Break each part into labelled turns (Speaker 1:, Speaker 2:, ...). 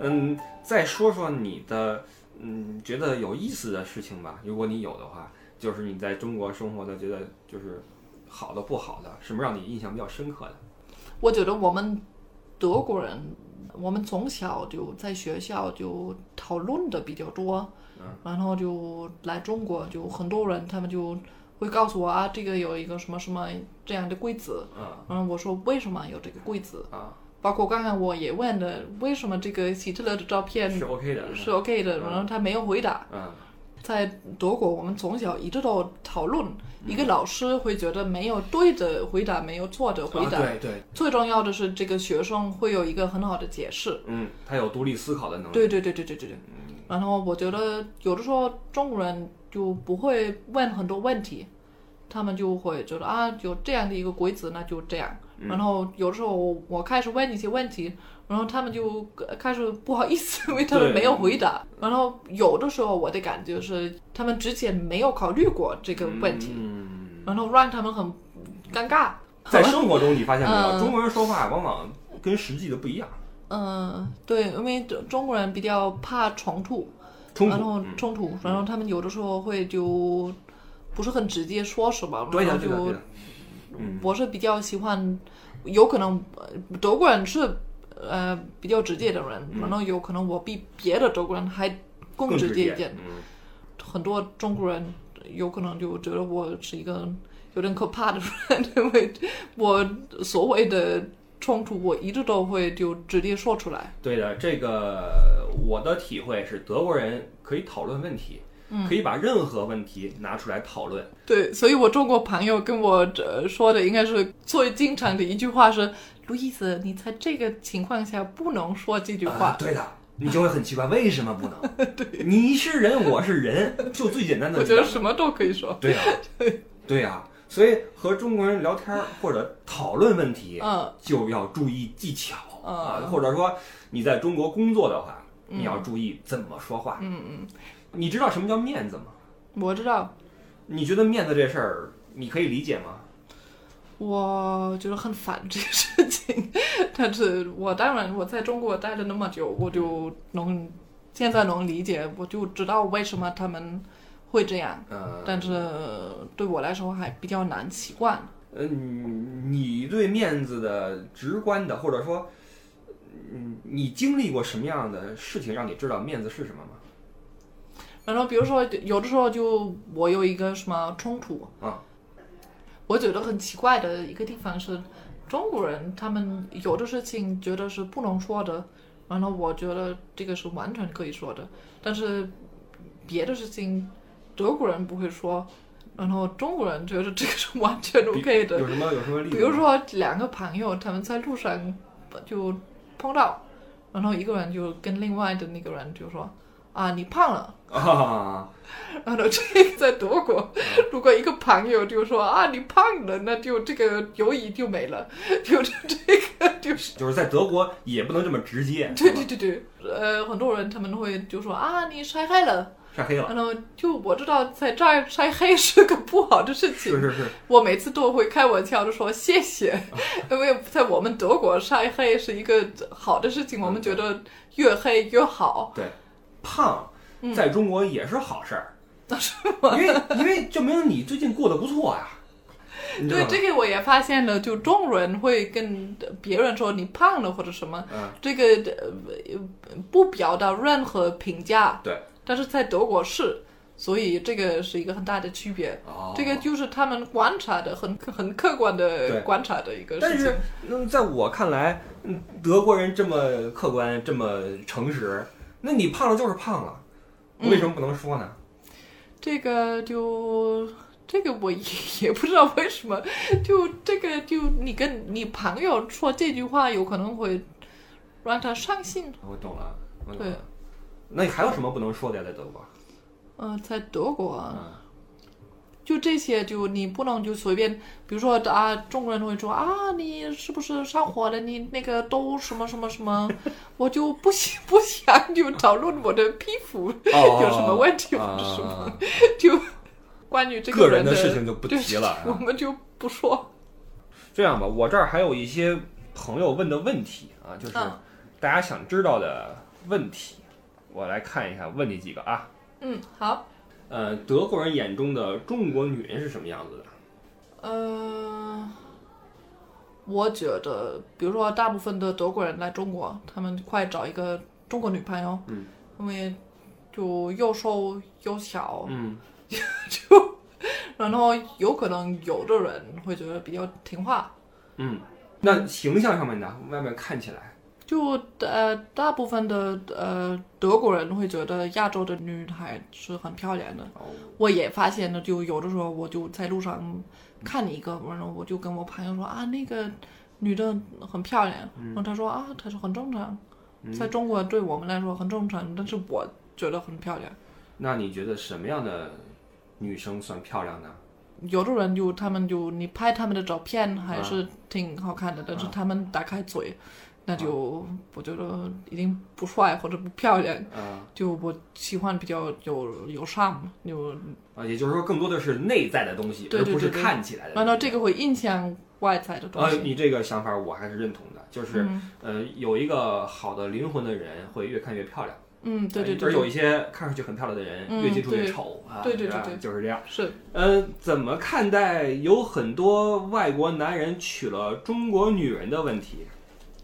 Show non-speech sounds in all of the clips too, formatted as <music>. Speaker 1: 嗯，再说说你的嗯觉得有意思的事情吧，如果你有的话，就是你在中国生活的，觉得就是好的不好的，什么让你印象比较深刻的？
Speaker 2: 我觉得我们德国人，我们从小就在学校就讨论的比较多，
Speaker 1: 嗯
Speaker 2: 然后就来中国，就很多人他们就会告诉我啊，这个有一个什么什么这样的规则，
Speaker 1: 嗯
Speaker 2: 然后我说为什么有这个规则？
Speaker 1: 啊，
Speaker 2: 包括刚刚我也问了，为什么这个希特勒的照片
Speaker 1: 是 OK 的，
Speaker 2: 是 OK 的，然后他没有回答。
Speaker 1: 嗯
Speaker 2: 在德国，我们从小一直都讨论，
Speaker 1: 嗯
Speaker 2: 一个老师会觉得没有对的回答，没有错的回答。
Speaker 1: 啊对对，
Speaker 2: 最重要的是，这个学生会有一个很好的解释。
Speaker 1: 嗯，他有独立思考的能力，
Speaker 2: 对对对对对对对。然后我觉得有的时候中国人就不会问很多问题，他们就会觉得啊有这样的一个规则，那就这样。
Speaker 1: 嗯
Speaker 2: 然后有的时候我我开始问一些问题，然后他们就开始不好意思， <laughs> 因为他们
Speaker 1: 对
Speaker 2: 没有回答。然后有的时候我的感觉是，他们之前没有考虑过这个问题，
Speaker 1: 嗯，
Speaker 2: 然后让他们很尴尬。
Speaker 1: 在生活中你发现没有，
Speaker 2: 嗯
Speaker 1: 中国人说话往往跟实际的不一样，
Speaker 2: 嗯，对，因为中中国人比较怕冲突，
Speaker 1: 冲
Speaker 2: 然后
Speaker 1: 突，嗯
Speaker 2: 冲突，然后他们有的时候会就不是很直接说什么，
Speaker 1: 对
Speaker 2: 然
Speaker 1: 的
Speaker 2: 后
Speaker 1: 对的对
Speaker 2: 就
Speaker 1: 的，嗯
Speaker 2: 我是比较喜欢，有可能呃德国人是呃比较直接的人，然后有可能我比别的德国人还更
Speaker 1: 嗯更
Speaker 2: 直
Speaker 1: 直
Speaker 2: 接
Speaker 1: 接
Speaker 2: 一点，，
Speaker 1: 嗯，
Speaker 2: 很多中国人有可能就觉得我是一个有点可怕的人， <laughs> 因为我所谓的冲突我一直都会就直接说出来。
Speaker 1: 对的，这个我的体会是，德国人可以讨论问题，
Speaker 2: 嗯
Speaker 1: 可以把任何问题拿出来讨论。
Speaker 2: 对，所以我中国朋友跟我呃说的应该是最经常的一句话是：“路易斯，你在这个情况下不能说这句话。
Speaker 1: 啊对的，你就会很奇怪，为什么不
Speaker 2: <laughs>
Speaker 1: 能？对，你是人，我是人，就最简单的
Speaker 2: 我
Speaker 1: 两
Speaker 2: 觉
Speaker 1: 个。
Speaker 2: 得什么都可以说。
Speaker 1: 对呀、啊对呀、所以和中国人聊天儿或者讨论问题，
Speaker 2: 嗯
Speaker 1: 就要注意技巧
Speaker 2: 嗯
Speaker 1: 啊，或者说你在中国工作的话，你要注意怎么说话。嗯嗯，你知道什么叫面子吗？
Speaker 2: 我知道，
Speaker 1: 你觉得面子这事儿，你可以理解吗？
Speaker 2: 我觉得很烦这个事情，但是我当然我在中国待了那么久，我就能现在能理解，我就知道为什么他们会这样，
Speaker 1: 嗯，
Speaker 2: 但是对我来说还比较难习惯。
Speaker 1: 呃，你你对面子的直观的，或者说，嗯，你经历过什么样的事情让你知道面子是什么吗？
Speaker 2: 然后比如说有的时候就我有一个什么冲突，
Speaker 1: 啊，
Speaker 2: 我觉得很奇怪的一个地方是，中国人他们有的事情觉得是不能说的，然后我觉得这个是完全可以说的，但是别的事情德国人不会说，然后中国人觉得这个是完全 OK 的。
Speaker 1: 有什么有什么例子吗？
Speaker 2: 比如说两个朋友他们在路上就碰到，然后一个人就跟另外的那个人就说啊你胖了。
Speaker 1: 啊，
Speaker 2: 然后这个在德国，如果一个朋友就说啊你胖了，那就这个友谊就没了，就是这个就是
Speaker 1: 就是在德国也不能这么直接，
Speaker 2: <laughs> 对对对对，呃，很多人他们会就说啊你晒黑了，
Speaker 1: 晒黑了，
Speaker 2: 然后就我知道在这儿晒黑是个不好的事情
Speaker 1: 是，是是，
Speaker 2: 我每次都会开玩笑的说谢谢，因为在我们德国晒黑是一个好的事情，我们觉得越黑越好，
Speaker 1: 对，胖
Speaker 2: 嗯
Speaker 1: 在中国也是好事儿，
Speaker 2: 啊
Speaker 1: 因为因为证明你最近过得不错呀，你知道
Speaker 2: 对
Speaker 1: 吗？
Speaker 2: 这个我也发现了，就中国人会跟别人说你胖了或者什么，
Speaker 1: 嗯
Speaker 2: 这个呃不表达任何评价，
Speaker 1: 对，
Speaker 2: 但是在德国是，所以这个是一个很大的区别。
Speaker 1: 哦
Speaker 2: 这个就是他们观察的很很客观
Speaker 1: 对
Speaker 2: 的观察的一个
Speaker 1: 但
Speaker 2: 事情
Speaker 1: 是。，那在我看来，嗯，德国人这么客观，这么诚实，那你胖了就是胖了，为什么不能说呢？
Speaker 2: 这个就这个我也也不知道为什么，就这个就你跟你朋友说这句话，有可能会让他伤心。
Speaker 1: 我懂了，我懂
Speaker 2: 对
Speaker 1: 了。那你还有什么不能说的呀？在德国？
Speaker 2: 嗯、在德国啊，
Speaker 1: 嗯
Speaker 2: 就这些，就你不能就随便，比如说啊，中国人会说啊，你是不是上火了？你那个都什么什么什么，我就不喜不想就讨论我的皮肤有什么问题或者什么，
Speaker 1: 嗯哦啊
Speaker 2: 就关于这
Speaker 1: 个人
Speaker 2: 人
Speaker 1: 的
Speaker 2: 的
Speaker 1: 事情就不
Speaker 2: 对
Speaker 1: 提了啊
Speaker 2: 我们就不说。
Speaker 1: 这样吧，我这儿还有一些朋友问的问题啊，就是
Speaker 2: 嗯
Speaker 1: 大家想知道的问题，我来看一下，问你几个啊？
Speaker 2: 嗯，好，
Speaker 1: 呃，德国人眼中的中国女人是什么样子的？
Speaker 2: 呃，我觉得，比如说大部分的德国人来中国，他们快找一个中国女朋友，
Speaker 1: 嗯，
Speaker 2: 因为就又瘦又小，
Speaker 1: 嗯
Speaker 2: 然后有可能有的人会觉得比较听话，
Speaker 1: 嗯，那形象上面呢？外面看起来，
Speaker 2: 就呃大部分的呃德国人会觉得亚洲的女孩是很漂亮的。
Speaker 1: 哦，
Speaker 2: 我也发现了，就有的时候我就在路上看一个，然后我就跟我朋友说啊，那个女的很漂亮，
Speaker 1: 嗯
Speaker 2: 然后他说啊，她说很正常，在中国对我们来说很正常，但是我觉得很漂亮。
Speaker 1: 那你觉得什么样的女生算漂亮呢？
Speaker 2: 有的人就他们就你拍他们的照片还是挺好
Speaker 1: 啊
Speaker 2: 看的，但是他们打开嘴，那就我觉得已经不帅或者不漂亮。
Speaker 1: 啊、
Speaker 2: 就我喜欢比较有有 charm，有，
Speaker 1: 啊，也就是说，更多的是内在的东西，
Speaker 2: 对
Speaker 1: 而
Speaker 2: 对
Speaker 1: 不是
Speaker 2: 对对
Speaker 1: 看起来的东
Speaker 2: 难
Speaker 1: 西。
Speaker 2: 道这个会影响外在的东
Speaker 1: 呃，
Speaker 2: 西？
Speaker 1: 你这个想法我还是认同的，就是、
Speaker 2: 嗯
Speaker 1: 呃，有一个好的灵魂的人会越看越漂亮，
Speaker 2: 嗯，对对
Speaker 1: 而
Speaker 2: 对
Speaker 1: 有
Speaker 2: 对，
Speaker 1: 一些看上去很漂亮的人，
Speaker 2: 嗯
Speaker 1: 越接触越
Speaker 2: 对
Speaker 1: 丑啊，
Speaker 2: 对对
Speaker 1: 是吧
Speaker 2: 对对
Speaker 1: 就是这样。
Speaker 2: 是
Speaker 1: 呃，怎么看待有很多外国男人娶了中国女人的问题？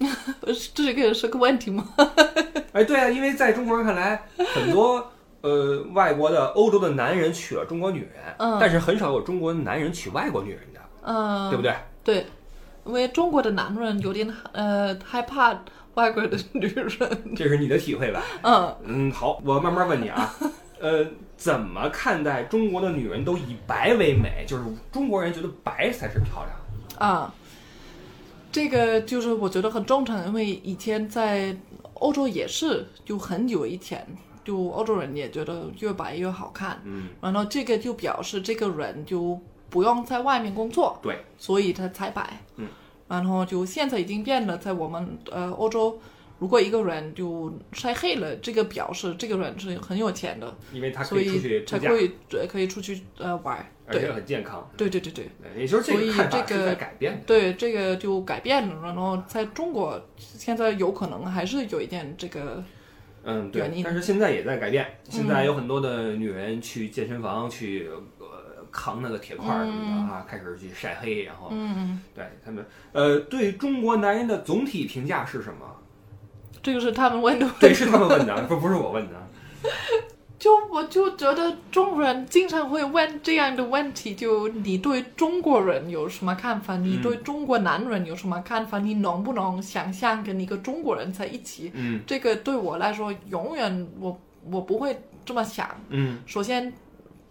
Speaker 2: 是呃这个是个问题吗？
Speaker 1: <laughs> 哎，对啊，因为在中国人看来，很多呃外国的欧洲的男人娶了中国女人，
Speaker 2: 嗯
Speaker 1: 但是很少有中国男人娶外国女人的，
Speaker 2: 嗯，
Speaker 1: 对不对？
Speaker 2: 对，因为中国的男人有点呃害怕外国的女人， <laughs>
Speaker 1: 这是你的体会吧？
Speaker 2: 嗯，
Speaker 1: 嗯，好，我慢慢问你
Speaker 2: <laughs>
Speaker 1: 啊，呃，怎么看待中国的女人都以白为美？就是中国人觉得白才是漂亮。
Speaker 2: 啊，这个就是我觉得很正常，因为以前在欧洲也是，就很久以前，就欧洲人也觉得越白越好看，
Speaker 1: 嗯，
Speaker 2: 然后这个就表示这个人就不用在外面工作，
Speaker 1: 对，
Speaker 2: 所以他才白。
Speaker 1: 嗯，
Speaker 2: 然后就现在已经变了，在我们呃欧洲，如果一个人就晒黑了，这个表示这个人是很有钱的，
Speaker 1: 因为她可
Speaker 2: 所
Speaker 1: 以出去
Speaker 2: 以
Speaker 1: 度
Speaker 2: 才
Speaker 1: 假，
Speaker 2: 可以呃可以出去呃玩儿。
Speaker 1: 而且
Speaker 2: 对
Speaker 1: 很健康。
Speaker 2: 对对对对。
Speaker 1: 对也就是这个看法
Speaker 2: 所以这
Speaker 1: 是
Speaker 2: 个
Speaker 1: 在改变的。
Speaker 2: 对，这个就改变了。然后在中国，现在有可能还是有一点这个，
Speaker 1: 嗯，对嗯
Speaker 2: 原。因
Speaker 1: 但是现在也在改变，现在有很多的女人去健身房去呃扛那个铁块儿什么的啊，开始去晒黑，然后
Speaker 2: 嗯，
Speaker 1: 对他们呃对中国男人的总体评价是什 <laughs> 么？
Speaker 2: 这个是他们问的
Speaker 1: 对，
Speaker 2: 问
Speaker 1: 是
Speaker 2: 题。
Speaker 1: 他们问的，不不是我问的。 <laughs>
Speaker 2: 就我就觉得中国人经常会问这样的问题，就你对中国人有什么看法？你对中国男人有什么看法？你能不能想象跟一个中国人在一起？
Speaker 1: 嗯
Speaker 2: 这个对我来说，永远我我不会这么想。
Speaker 1: 嗯
Speaker 2: 首先，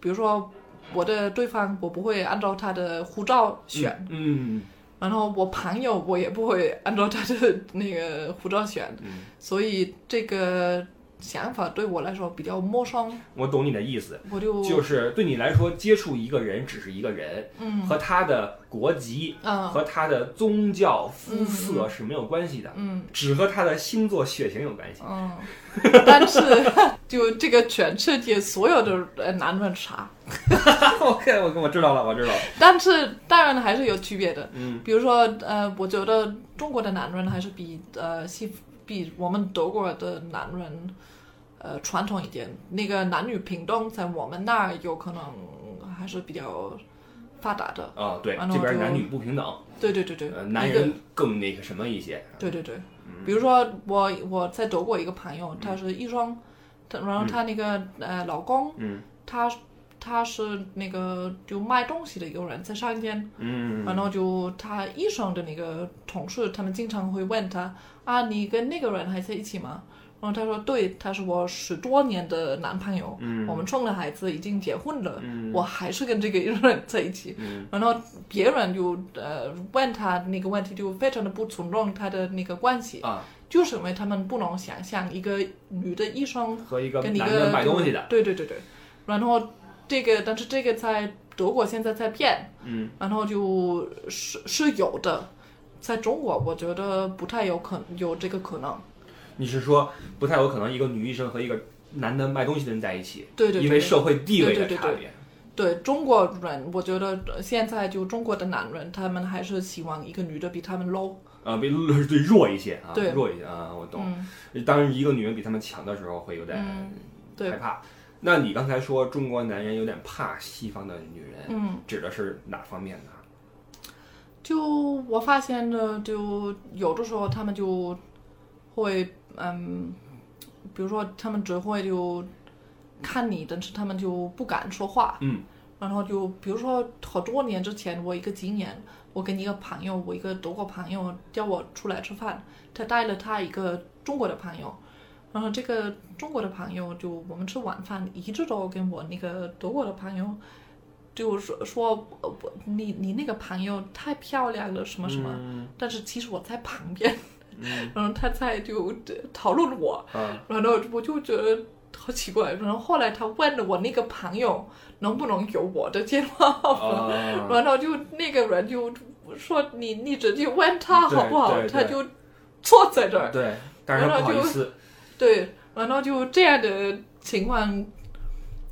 Speaker 2: 比如说我的对方，我不会按照他的护照选。
Speaker 1: 嗯
Speaker 2: 然后我朋友我也不会按照他的那个护照选，
Speaker 1: 嗯。
Speaker 2: 所以这个想法对我来说比较陌生，
Speaker 1: 我懂你的意思，
Speaker 2: 我就
Speaker 1: 就是对你来说，接触一个人只是一个人，
Speaker 2: 嗯
Speaker 1: 和他的国籍、
Speaker 2: 嗯
Speaker 1: 和他的宗教、肤色是没有关系的，
Speaker 2: 嗯
Speaker 1: 只和他的星座、血型有关系。
Speaker 2: 嗯，但是就这个全世界所有的呃男人傻，
Speaker 1: <laughs> OK，我我知道了，我知道了。
Speaker 2: 但是当然还是有区别的，
Speaker 1: 嗯
Speaker 2: 比如说呃，我觉得中国的男人还是比呃西比我们德国的男人呃传统一点，那个男女平等在我们那儿有可能还是比较发达的。
Speaker 1: 啊、对，
Speaker 2: 完了
Speaker 1: 这边
Speaker 2: 我就
Speaker 1: 男女不平等，
Speaker 2: 对对对对，
Speaker 1: 呃，男
Speaker 2: 一
Speaker 1: 人
Speaker 2: 个
Speaker 1: 更那个什么一些。
Speaker 2: 对对对，比如说我我在德国一个朋友，他是医生，他然后他那个、呃老公，
Speaker 1: 嗯
Speaker 2: 他他是那个就卖东西的一个人，在商店。
Speaker 1: 嗯
Speaker 2: 然后就他医生的那个同事，他们经常会问他啊，你跟那个人还在一起吗？然后他说，对，他是我十多年的男朋友，
Speaker 1: 嗯
Speaker 2: 我们生了孩子，已经结婚了，
Speaker 1: 嗯
Speaker 2: 我还是跟这个人 <laughs> 在一起。
Speaker 1: 嗯
Speaker 2: 然后别人就呃问他那个问题，就非常的不尊重他的那个关系，
Speaker 1: 啊，
Speaker 2: 就是因为他们不能想象一个女的医生
Speaker 1: 和一个
Speaker 2: 跟你
Speaker 1: 男
Speaker 2: 个
Speaker 1: 的卖东西的，
Speaker 2: 对对对对。然后这个，但是这个在德国现在在变，
Speaker 1: 嗯，
Speaker 2: 然后就是是有的，在中国我觉得不太有可有这个可能。
Speaker 1: 你是说不太有可能一个女医生和一个男的卖东西的人在一起？
Speaker 2: 对对对
Speaker 1: 因为社会地位的
Speaker 2: 对对对
Speaker 1: 差别。
Speaker 2: 对对中国人，我觉得现在就中国的男人，他们还是希望一个女的比他们 low，
Speaker 1: 啊，比对弱一些啊
Speaker 2: 对，
Speaker 1: 弱一些啊，我懂。
Speaker 2: 嗯，
Speaker 1: 当一个女人比他们强的时候，会有点
Speaker 2: 嗯
Speaker 1: 害
Speaker 2: 对，
Speaker 1: 怕。那你刚才说中国男人有点怕西方的女人，
Speaker 2: 嗯，
Speaker 1: 指的是哪方面呢？
Speaker 2: 就我发现了，就有的时候他们就会，嗯，比如说他们只会就看你，但是他们就不敢说话。
Speaker 1: 嗯
Speaker 2: 然后就比如说好多年之前，我一个经验，我跟一个朋友，我一个德国朋友叫我出来吃饭，他带了他一个中国的朋友，然后这个中国的朋友就我们吃晚饭，一直都跟我那个德国的朋友。就说说，呃不你你那个朋友太漂亮了，什么什么，
Speaker 1: 嗯
Speaker 2: 但是其实我在旁边，
Speaker 1: 嗯
Speaker 2: <laughs> 然后他在就讨论我，
Speaker 1: 啊
Speaker 2: 然后我就觉得好奇怪。然后后来他问了我那个朋友能不能有我的电话号码，
Speaker 1: 啊
Speaker 2: 然后就那个人就说你你直接问他好不好
Speaker 1: 对，对
Speaker 2: 他就坐在 <laughs> 这儿，
Speaker 1: 对，但是他不好意思，
Speaker 2: 对，然后就这样的情况。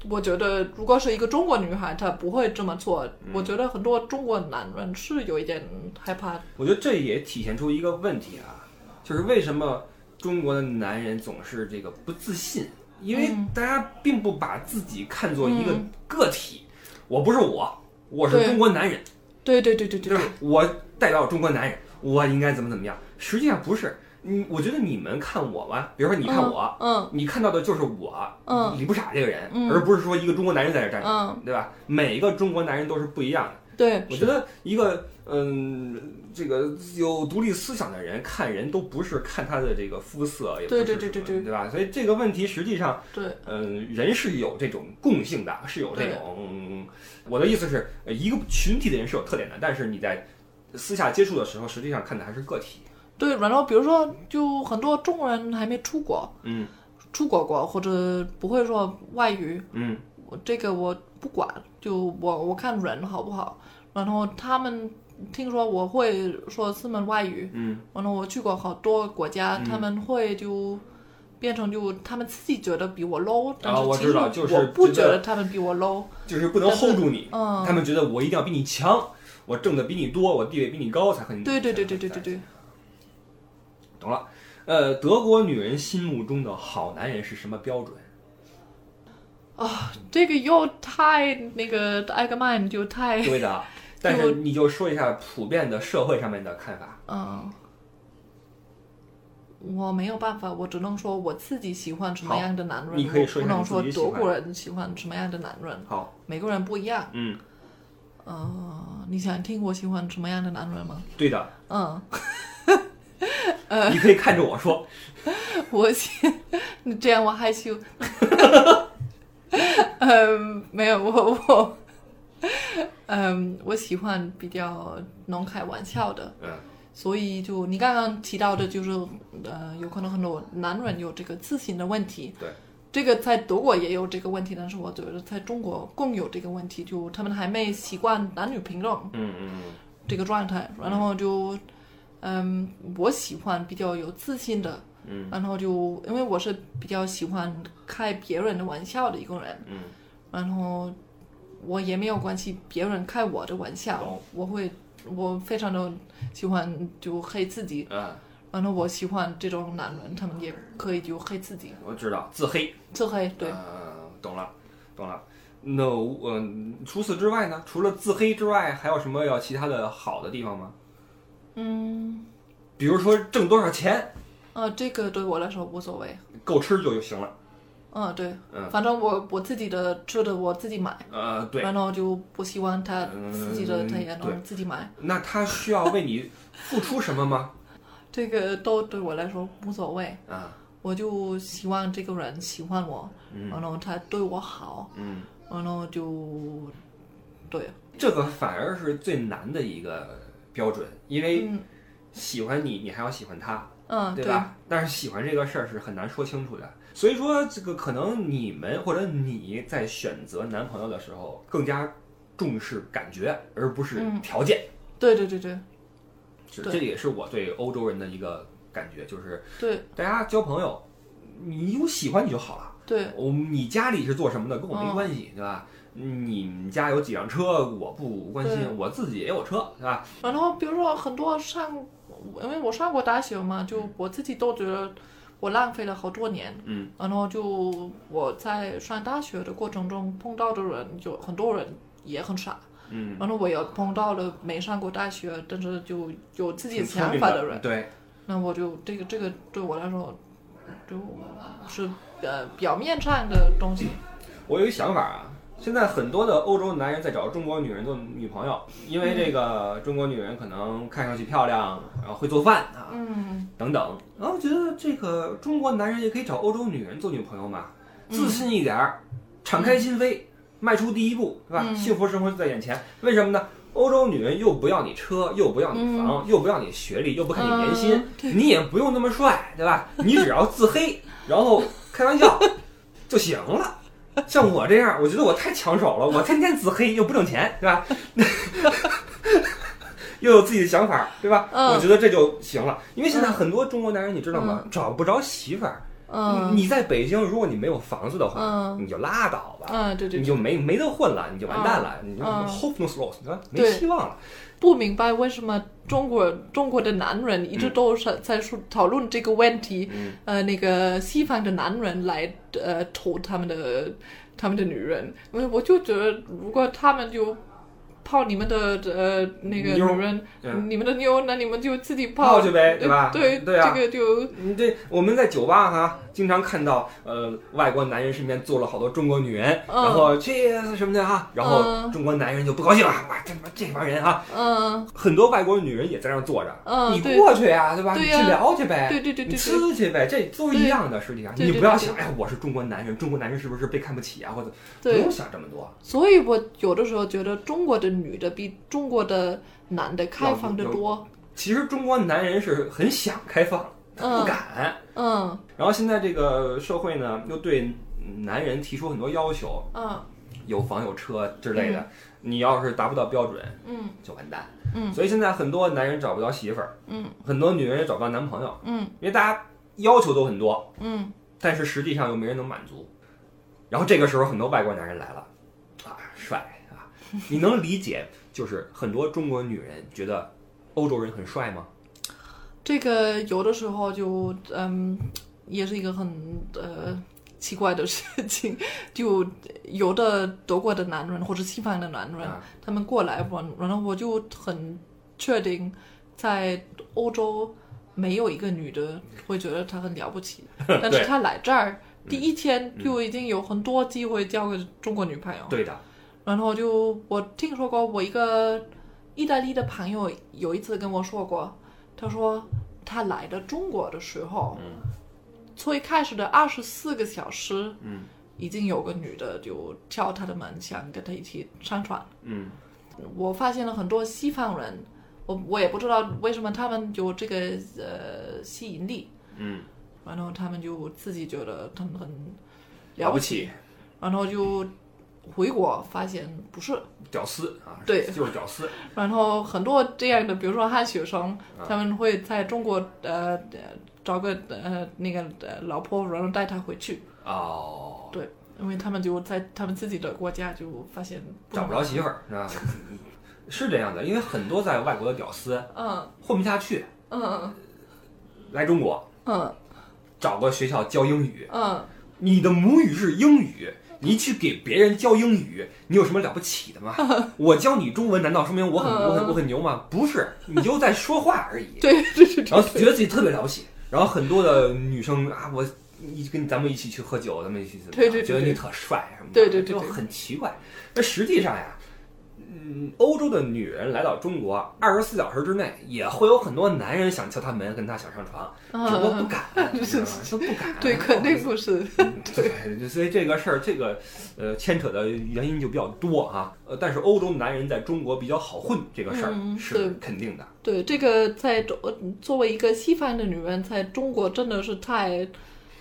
Speaker 2: 我觉得，如果是一个中国女孩，她不会这么做。
Speaker 1: 嗯
Speaker 2: 我觉得很多中国男人是有一点害怕
Speaker 1: 我觉得这也体现出一个问题啊，就是为什么中国的男人总是这个不自信？因为
Speaker 2: 嗯
Speaker 1: 大家并不把自己看作一个个体，我不是我，我是
Speaker 2: 对
Speaker 1: 中国男人，
Speaker 2: 对对对对
Speaker 1: 对
Speaker 2: 对
Speaker 1: 吧，？我代表中国男人，我应该怎么怎么样？实际上不是，你我觉得你们看我吧，比如说你看我，
Speaker 2: 嗯
Speaker 1: 你看到的就是我，
Speaker 2: 嗯
Speaker 1: 李不傻这个人，
Speaker 2: 嗯
Speaker 1: 而不是说一个中国男人在这站着，
Speaker 2: 嗯，
Speaker 1: 对吧？每一个中国男人都是不一样的。
Speaker 2: 对，
Speaker 1: 我觉得一个嗯，这个有独立思想的人看人都不是看他的这个肤色，也不是
Speaker 2: 对对对
Speaker 1: 什么
Speaker 2: 对对
Speaker 1: 对吧？所以这个问题实际上，
Speaker 2: 对，
Speaker 1: 嗯，人是有这种共性的，是有这
Speaker 2: 对
Speaker 1: 种。嗯我的意思是，呃一个群体的人是有特点的，但是你在私下接触的时候，实际上看的还是个体。
Speaker 2: 对，然后比如说，就很多中国人还没出国，
Speaker 1: 嗯
Speaker 2: 出国过或者不会说外语，
Speaker 1: 嗯
Speaker 2: 我这个我不管，就我我看人好不好。然后他们听说我会说四门外语，
Speaker 1: 嗯
Speaker 2: 然后我去过好多国家，
Speaker 1: 嗯
Speaker 2: 他们会就。变成就他们自己觉得比我 low，但
Speaker 1: 啊我
Speaker 2: 是其
Speaker 1: 知
Speaker 2: 实
Speaker 1: 道就是
Speaker 2: 我不
Speaker 1: 觉
Speaker 2: 觉
Speaker 1: 得
Speaker 2: 得他们比我 low，
Speaker 1: 就是不能
Speaker 2: 但是
Speaker 1: hold 住你，
Speaker 2: 嗯
Speaker 1: 他们觉得我一定要比你强，我挣的比你多，我地位比你高才和你
Speaker 2: 对对对
Speaker 1: 才
Speaker 2: 对
Speaker 1: 和
Speaker 2: 对
Speaker 1: 你在
Speaker 2: 对
Speaker 1: 一起
Speaker 2: 对，
Speaker 1: 懂了。呃，德国女人心目中的好男人是什么标准？
Speaker 2: 这个又太那个 allgemein 就太
Speaker 1: 对的，啊但是你就说一下普遍的社会上面的看法。
Speaker 2: 嗯，我没有办法，我只能说我自己喜欢什么样的男人，
Speaker 1: 你可以说一
Speaker 2: 我
Speaker 1: 下你
Speaker 2: 不能
Speaker 1: 自
Speaker 2: 说
Speaker 1: 己喜
Speaker 2: 德
Speaker 1: 欢
Speaker 2: 国人喜欢什么样的男人，
Speaker 1: 好，
Speaker 2: 每个人不一样。
Speaker 1: 嗯，
Speaker 2: 嗯，你想听我喜欢什么样的男人吗？
Speaker 1: 对的，
Speaker 2: 嗯， <laughs>
Speaker 1: 你可以看着我说。
Speaker 2: 我喜，你这样我害羞。 <laughs> 嗯，没有，我我，嗯，我喜欢比较能开玩笑的，
Speaker 1: 嗯
Speaker 2: 所以就你刚刚提到的，就是呃，有可能很多男人有这个自信的问题。
Speaker 1: 对，
Speaker 2: 这个在德国也有这个问题，但是我觉得在中国更有这个问题，就他们还没习惯男女平等
Speaker 1: 嗯嗯
Speaker 2: 这个状态。然后就，嗯，我喜欢比较有自信的，
Speaker 1: 嗯
Speaker 2: 然后就因为我是比较喜欢开别人的玩笑的一个人，
Speaker 1: 嗯
Speaker 2: 然后我也没有关系，别人开我的玩笑
Speaker 1: 懂，
Speaker 2: 我会我非常的喜欢就黑自己，
Speaker 1: 嗯，
Speaker 2: 然后我喜欢这种男人，他们也可以就黑自己，
Speaker 1: 我知道，自黑。
Speaker 2: 自黑对，
Speaker 1: 嗯，懂了，懂了。那我、嗯除此之外呢？除了自黑之外，还有什么要其他的好的地方吗？
Speaker 2: 嗯，
Speaker 1: 比如说挣多少钱，
Speaker 2: 呃，这个对我来说无所谓，
Speaker 1: 够吃就就行了。
Speaker 2: 嗯对，
Speaker 1: 嗯
Speaker 2: 反正我我自己的吃的我自己买，
Speaker 1: 呃，对，
Speaker 2: 然后就不希望他
Speaker 1: 嗯
Speaker 2: 自己的他也
Speaker 1: 对
Speaker 2: 能自己买，
Speaker 1: 那他需要为你付出什么吗？
Speaker 2: 这个都对我来说无所谓，
Speaker 1: 啊，
Speaker 2: 我就希望这个人喜欢我，然后他对我好，
Speaker 1: 嗯，
Speaker 2: 然后就对，
Speaker 1: 这个反而是最难的一个标准，因为
Speaker 2: 嗯
Speaker 1: 喜欢你，你还要喜欢他，
Speaker 2: 嗯
Speaker 1: 哎对吧？但是喜欢这个事儿是很难说清楚的，所以说这个可能你们或者你在选择男朋友的时候更加重视感觉，而不是条件。
Speaker 2: 对对对对
Speaker 1: 是，
Speaker 2: 嗯对
Speaker 1: 这也是我对欧洲人的一个感觉，就是
Speaker 2: 对
Speaker 1: 大家交朋友，你有喜欢你就好了。
Speaker 2: 对
Speaker 1: 我你家里是做什么的，跟我没
Speaker 2: 嗯
Speaker 1: 关系，对吧？你们家有几辆车，我不关心
Speaker 2: 对，
Speaker 1: 我自己也有车，对吧？
Speaker 2: 然后比如说很多上因为我上过大学嘛，就我自己都觉得我浪费了好多年。
Speaker 1: 嗯，
Speaker 2: 然后就我在上大学的过程中碰到的人，有很多人也很傻。
Speaker 1: 嗯，
Speaker 2: 然后我也碰到了没上过大学，但是就有自己
Speaker 1: 挺聪
Speaker 2: 想
Speaker 1: 明
Speaker 2: 法的人。
Speaker 1: 对，
Speaker 2: 那我就这个这个对我来说，就是呃表面上的东西。
Speaker 1: 我有一想法啊，现在很多的欧洲男人在找中国女人做女朋友，因为这个中国女人可能看上去漂亮，然后会做饭啊
Speaker 2: 嗯，
Speaker 1: 等等。然后觉得这个中国男人也可以找欧洲女人做女朋友嘛，自信一点儿，敞开心扉，迈出第一步，对吧？
Speaker 2: 嗯
Speaker 1: 幸福生活就在眼前，为什么呢？欧洲女人又不要你车，又不要你房，又不要你学历，又不看你年薪，你也不用那么帅，对吧？你只要自黑，然后开玩笑就行了。像我这样，我觉得我太抢手了，我天天自黑又不挣钱，对吧？ <laughs> 又有自己的想法，对吧？
Speaker 2: 嗯
Speaker 1: 我觉得这就行了，因为现在很多中国男人，你知道吗？找不着媳妇儿。
Speaker 2: 嗯
Speaker 1: 你你在北京，如果你没有房子的话，
Speaker 2: 嗯
Speaker 1: 你就拉倒吧，
Speaker 2: 嗯，对对
Speaker 1: 你
Speaker 2: 对，
Speaker 1: 就没没得混了，你就完蛋了，你就
Speaker 2: 嗯
Speaker 1: hopeless lost，对吧？没
Speaker 2: 对
Speaker 1: 希望了。
Speaker 2: 不明白为什么中国中国的男人一直都是在说讨论这个问题。
Speaker 1: 嗯
Speaker 2: 呃，那个西方的男人来呃投他们的他们的女人，我我就觉得如果他们就泡你们的呃那个
Speaker 1: 妞儿
Speaker 2: 女人，
Speaker 1: 嗯
Speaker 2: 你们的妞，那你们就自己
Speaker 1: 泡
Speaker 2: 泡
Speaker 1: 去呗，对吧？
Speaker 2: 对
Speaker 1: 对啊
Speaker 2: 这。个就
Speaker 1: 嗯，对，我们在酒吧哈，经常看到呃外国男人身边坐了好多中国女人，
Speaker 2: 嗯
Speaker 1: 然后 cheers 什么的哈，然后
Speaker 2: 嗯
Speaker 1: 中国男人就不高兴了，哇，这这帮人啊，
Speaker 2: 嗯
Speaker 1: 很多外国女人也在那儿坐着，
Speaker 2: 嗯，
Speaker 1: 你
Speaker 2: 对
Speaker 1: 过去呀、对吧？
Speaker 2: 对
Speaker 1: 你
Speaker 2: 呀
Speaker 1: 去聊去呗，
Speaker 2: 对对对对
Speaker 1: 你
Speaker 2: 对，
Speaker 1: 吃去呗，这都是一样的。实际上，
Speaker 2: 对对
Speaker 1: 你不要
Speaker 2: 对
Speaker 1: 想，哎，我是中国男人，中国男人是不是被看不起啊？或者不
Speaker 2: 对
Speaker 1: 用想这么多，
Speaker 2: 所以我有的时候觉得中国的女的比中国的男的开放的多，
Speaker 1: 其实中国男人是很想开放，他不
Speaker 2: 嗯
Speaker 1: 敢。
Speaker 2: 嗯
Speaker 1: 然后现在这个社会呢，又对男人提出很多要求，
Speaker 2: 嗯
Speaker 1: 有房有车之类的，你要是达不到标准
Speaker 2: 嗯
Speaker 1: 就完蛋。
Speaker 2: 嗯
Speaker 1: 所以现在很多男人找不着媳妇儿，
Speaker 2: 嗯
Speaker 1: 很多女人也找不到男朋友，
Speaker 2: 嗯
Speaker 1: 因为大家要求都很多，
Speaker 2: 嗯
Speaker 1: 但是实际上又没人能满足。然后这个时候，很多外国男人来了，啊，帅啊！你能理解，就是很多中国女人觉得欧洲人很帅吗？
Speaker 2: 这个有的时候就嗯也是一个很呃奇怪的事情， <laughs> 就有的德国的男人或者西方的男人，
Speaker 1: 啊，
Speaker 2: 他们过来玩，然后我就很确定，在欧洲没有一个女的会觉得她很了不起，但是她来这儿第一天就已经有很多机会交个中国女朋友。
Speaker 1: 对的，
Speaker 2: 然后就我听说过，我一个意大利的朋友有一次跟我说过，他说他来的中国的时候，
Speaker 1: 嗯
Speaker 2: 最开始的二十四个小时
Speaker 1: 嗯
Speaker 2: 已经有个女的就敲他的门，想跟他一起上床。
Speaker 1: 嗯
Speaker 2: 我发现了很多西方人，我我也不知道为什么他们有这个呃吸引力，
Speaker 1: 嗯，
Speaker 2: 然后他们就自己觉得他们很
Speaker 1: 了
Speaker 2: 了
Speaker 1: 不
Speaker 2: 不
Speaker 1: 起，
Speaker 2: 然后就回国发现不是，
Speaker 1: 屌丝啊，
Speaker 2: 对
Speaker 1: 就是屌丝，
Speaker 2: 然后很多这样的，比如说汉学生
Speaker 1: 啊，
Speaker 2: 他们会在中国呃呃找个呃那个呃老婆，然后带她回去，
Speaker 1: 哦，
Speaker 2: 对，因为他们就在他们自己的国家就发现
Speaker 1: 找不
Speaker 2: 着，
Speaker 1: 着媳妇儿啊， <laughs> 是这样的，因为很多在外国的屌丝
Speaker 2: 嗯
Speaker 1: 混不下去，
Speaker 2: 嗯
Speaker 1: 来中国
Speaker 2: 嗯
Speaker 1: 找个学校教英语，
Speaker 2: 嗯
Speaker 1: 你的母语是英语，你去给别人教英语，你有什么了不起
Speaker 2: <laughs>
Speaker 1: 的吗？我教你中文，难道说明我很我很我很牛吗？不是，你就在说话而已。
Speaker 2: 嗯 <laughs> 对对对
Speaker 1: 然后觉得自己特别了不起，然后很多的女生啊，我一跟咱们一起去喝酒，咱们一起怎么样
Speaker 2: 对对对
Speaker 1: 觉得你特帅什么的，
Speaker 2: 对对对
Speaker 1: 就
Speaker 2: 对
Speaker 1: 很奇怪。那实际上呀。嗯，欧洲的女人来到中国，二十四小时之内也会有很多男人想敲她门，跟她想上床，只不过不
Speaker 2: 嗯， <laughs>
Speaker 1: 敢，你知道吗都不敢，
Speaker 2: 对，肯定不
Speaker 1: 哦
Speaker 2: 是，
Speaker 1: 对，所以这个事儿，这个呃牵扯的原因就比较多啊。呃，但是欧洲男人在中国比较好混，这个事儿
Speaker 2: 嗯
Speaker 1: 是
Speaker 2: 对
Speaker 1: 肯定的。
Speaker 2: 对，这个在中呃作为一个西方的女人，在中国真的是太，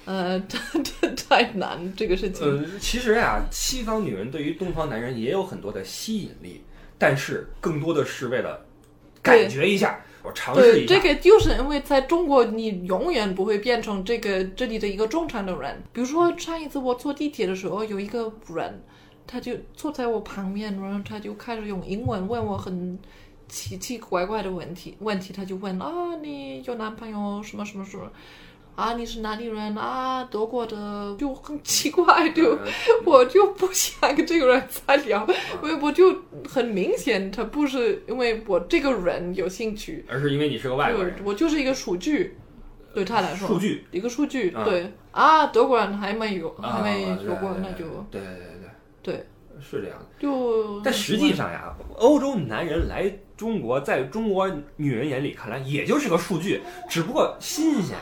Speaker 2: 呃， <laughs> 太太太难这个事情。
Speaker 1: 呃，其实呀、西方女人对于东方男人也有很多的吸引力，但是更多的是为了感觉一下，我尝试
Speaker 2: 对，
Speaker 1: 一
Speaker 2: 这
Speaker 1: 下。
Speaker 2: 个就是因为在中国，你永远不会变成这个这里的一个正常的人。比如说上一次我坐地铁的时候，有一个人，他就坐在我旁边，然后他就开始用英文问我很奇奇怪怪的问题，问题他就问啊，你有男朋友什么什么什么，啊，你是哪里人啊，德国的，就很奇怪，就
Speaker 1: 呃
Speaker 2: 我就不想跟这个人再聊，因为我就很明显，他不是因为我这个人有兴趣，
Speaker 1: 而是因为你是个外国人
Speaker 2: 就，我就是一个数据，对他来说，
Speaker 1: 数据
Speaker 2: 一个数据，
Speaker 1: 啊
Speaker 2: 对啊，德国人还没有，
Speaker 1: 啊
Speaker 2: 还没有过，
Speaker 1: 对
Speaker 2: 那就
Speaker 1: 对对对对
Speaker 2: 对，
Speaker 1: 对，是这样的。
Speaker 2: 就
Speaker 1: 但实际上呀，欧洲男人来中国，在中国女人眼里看来，也就是个数据，只不过新鲜，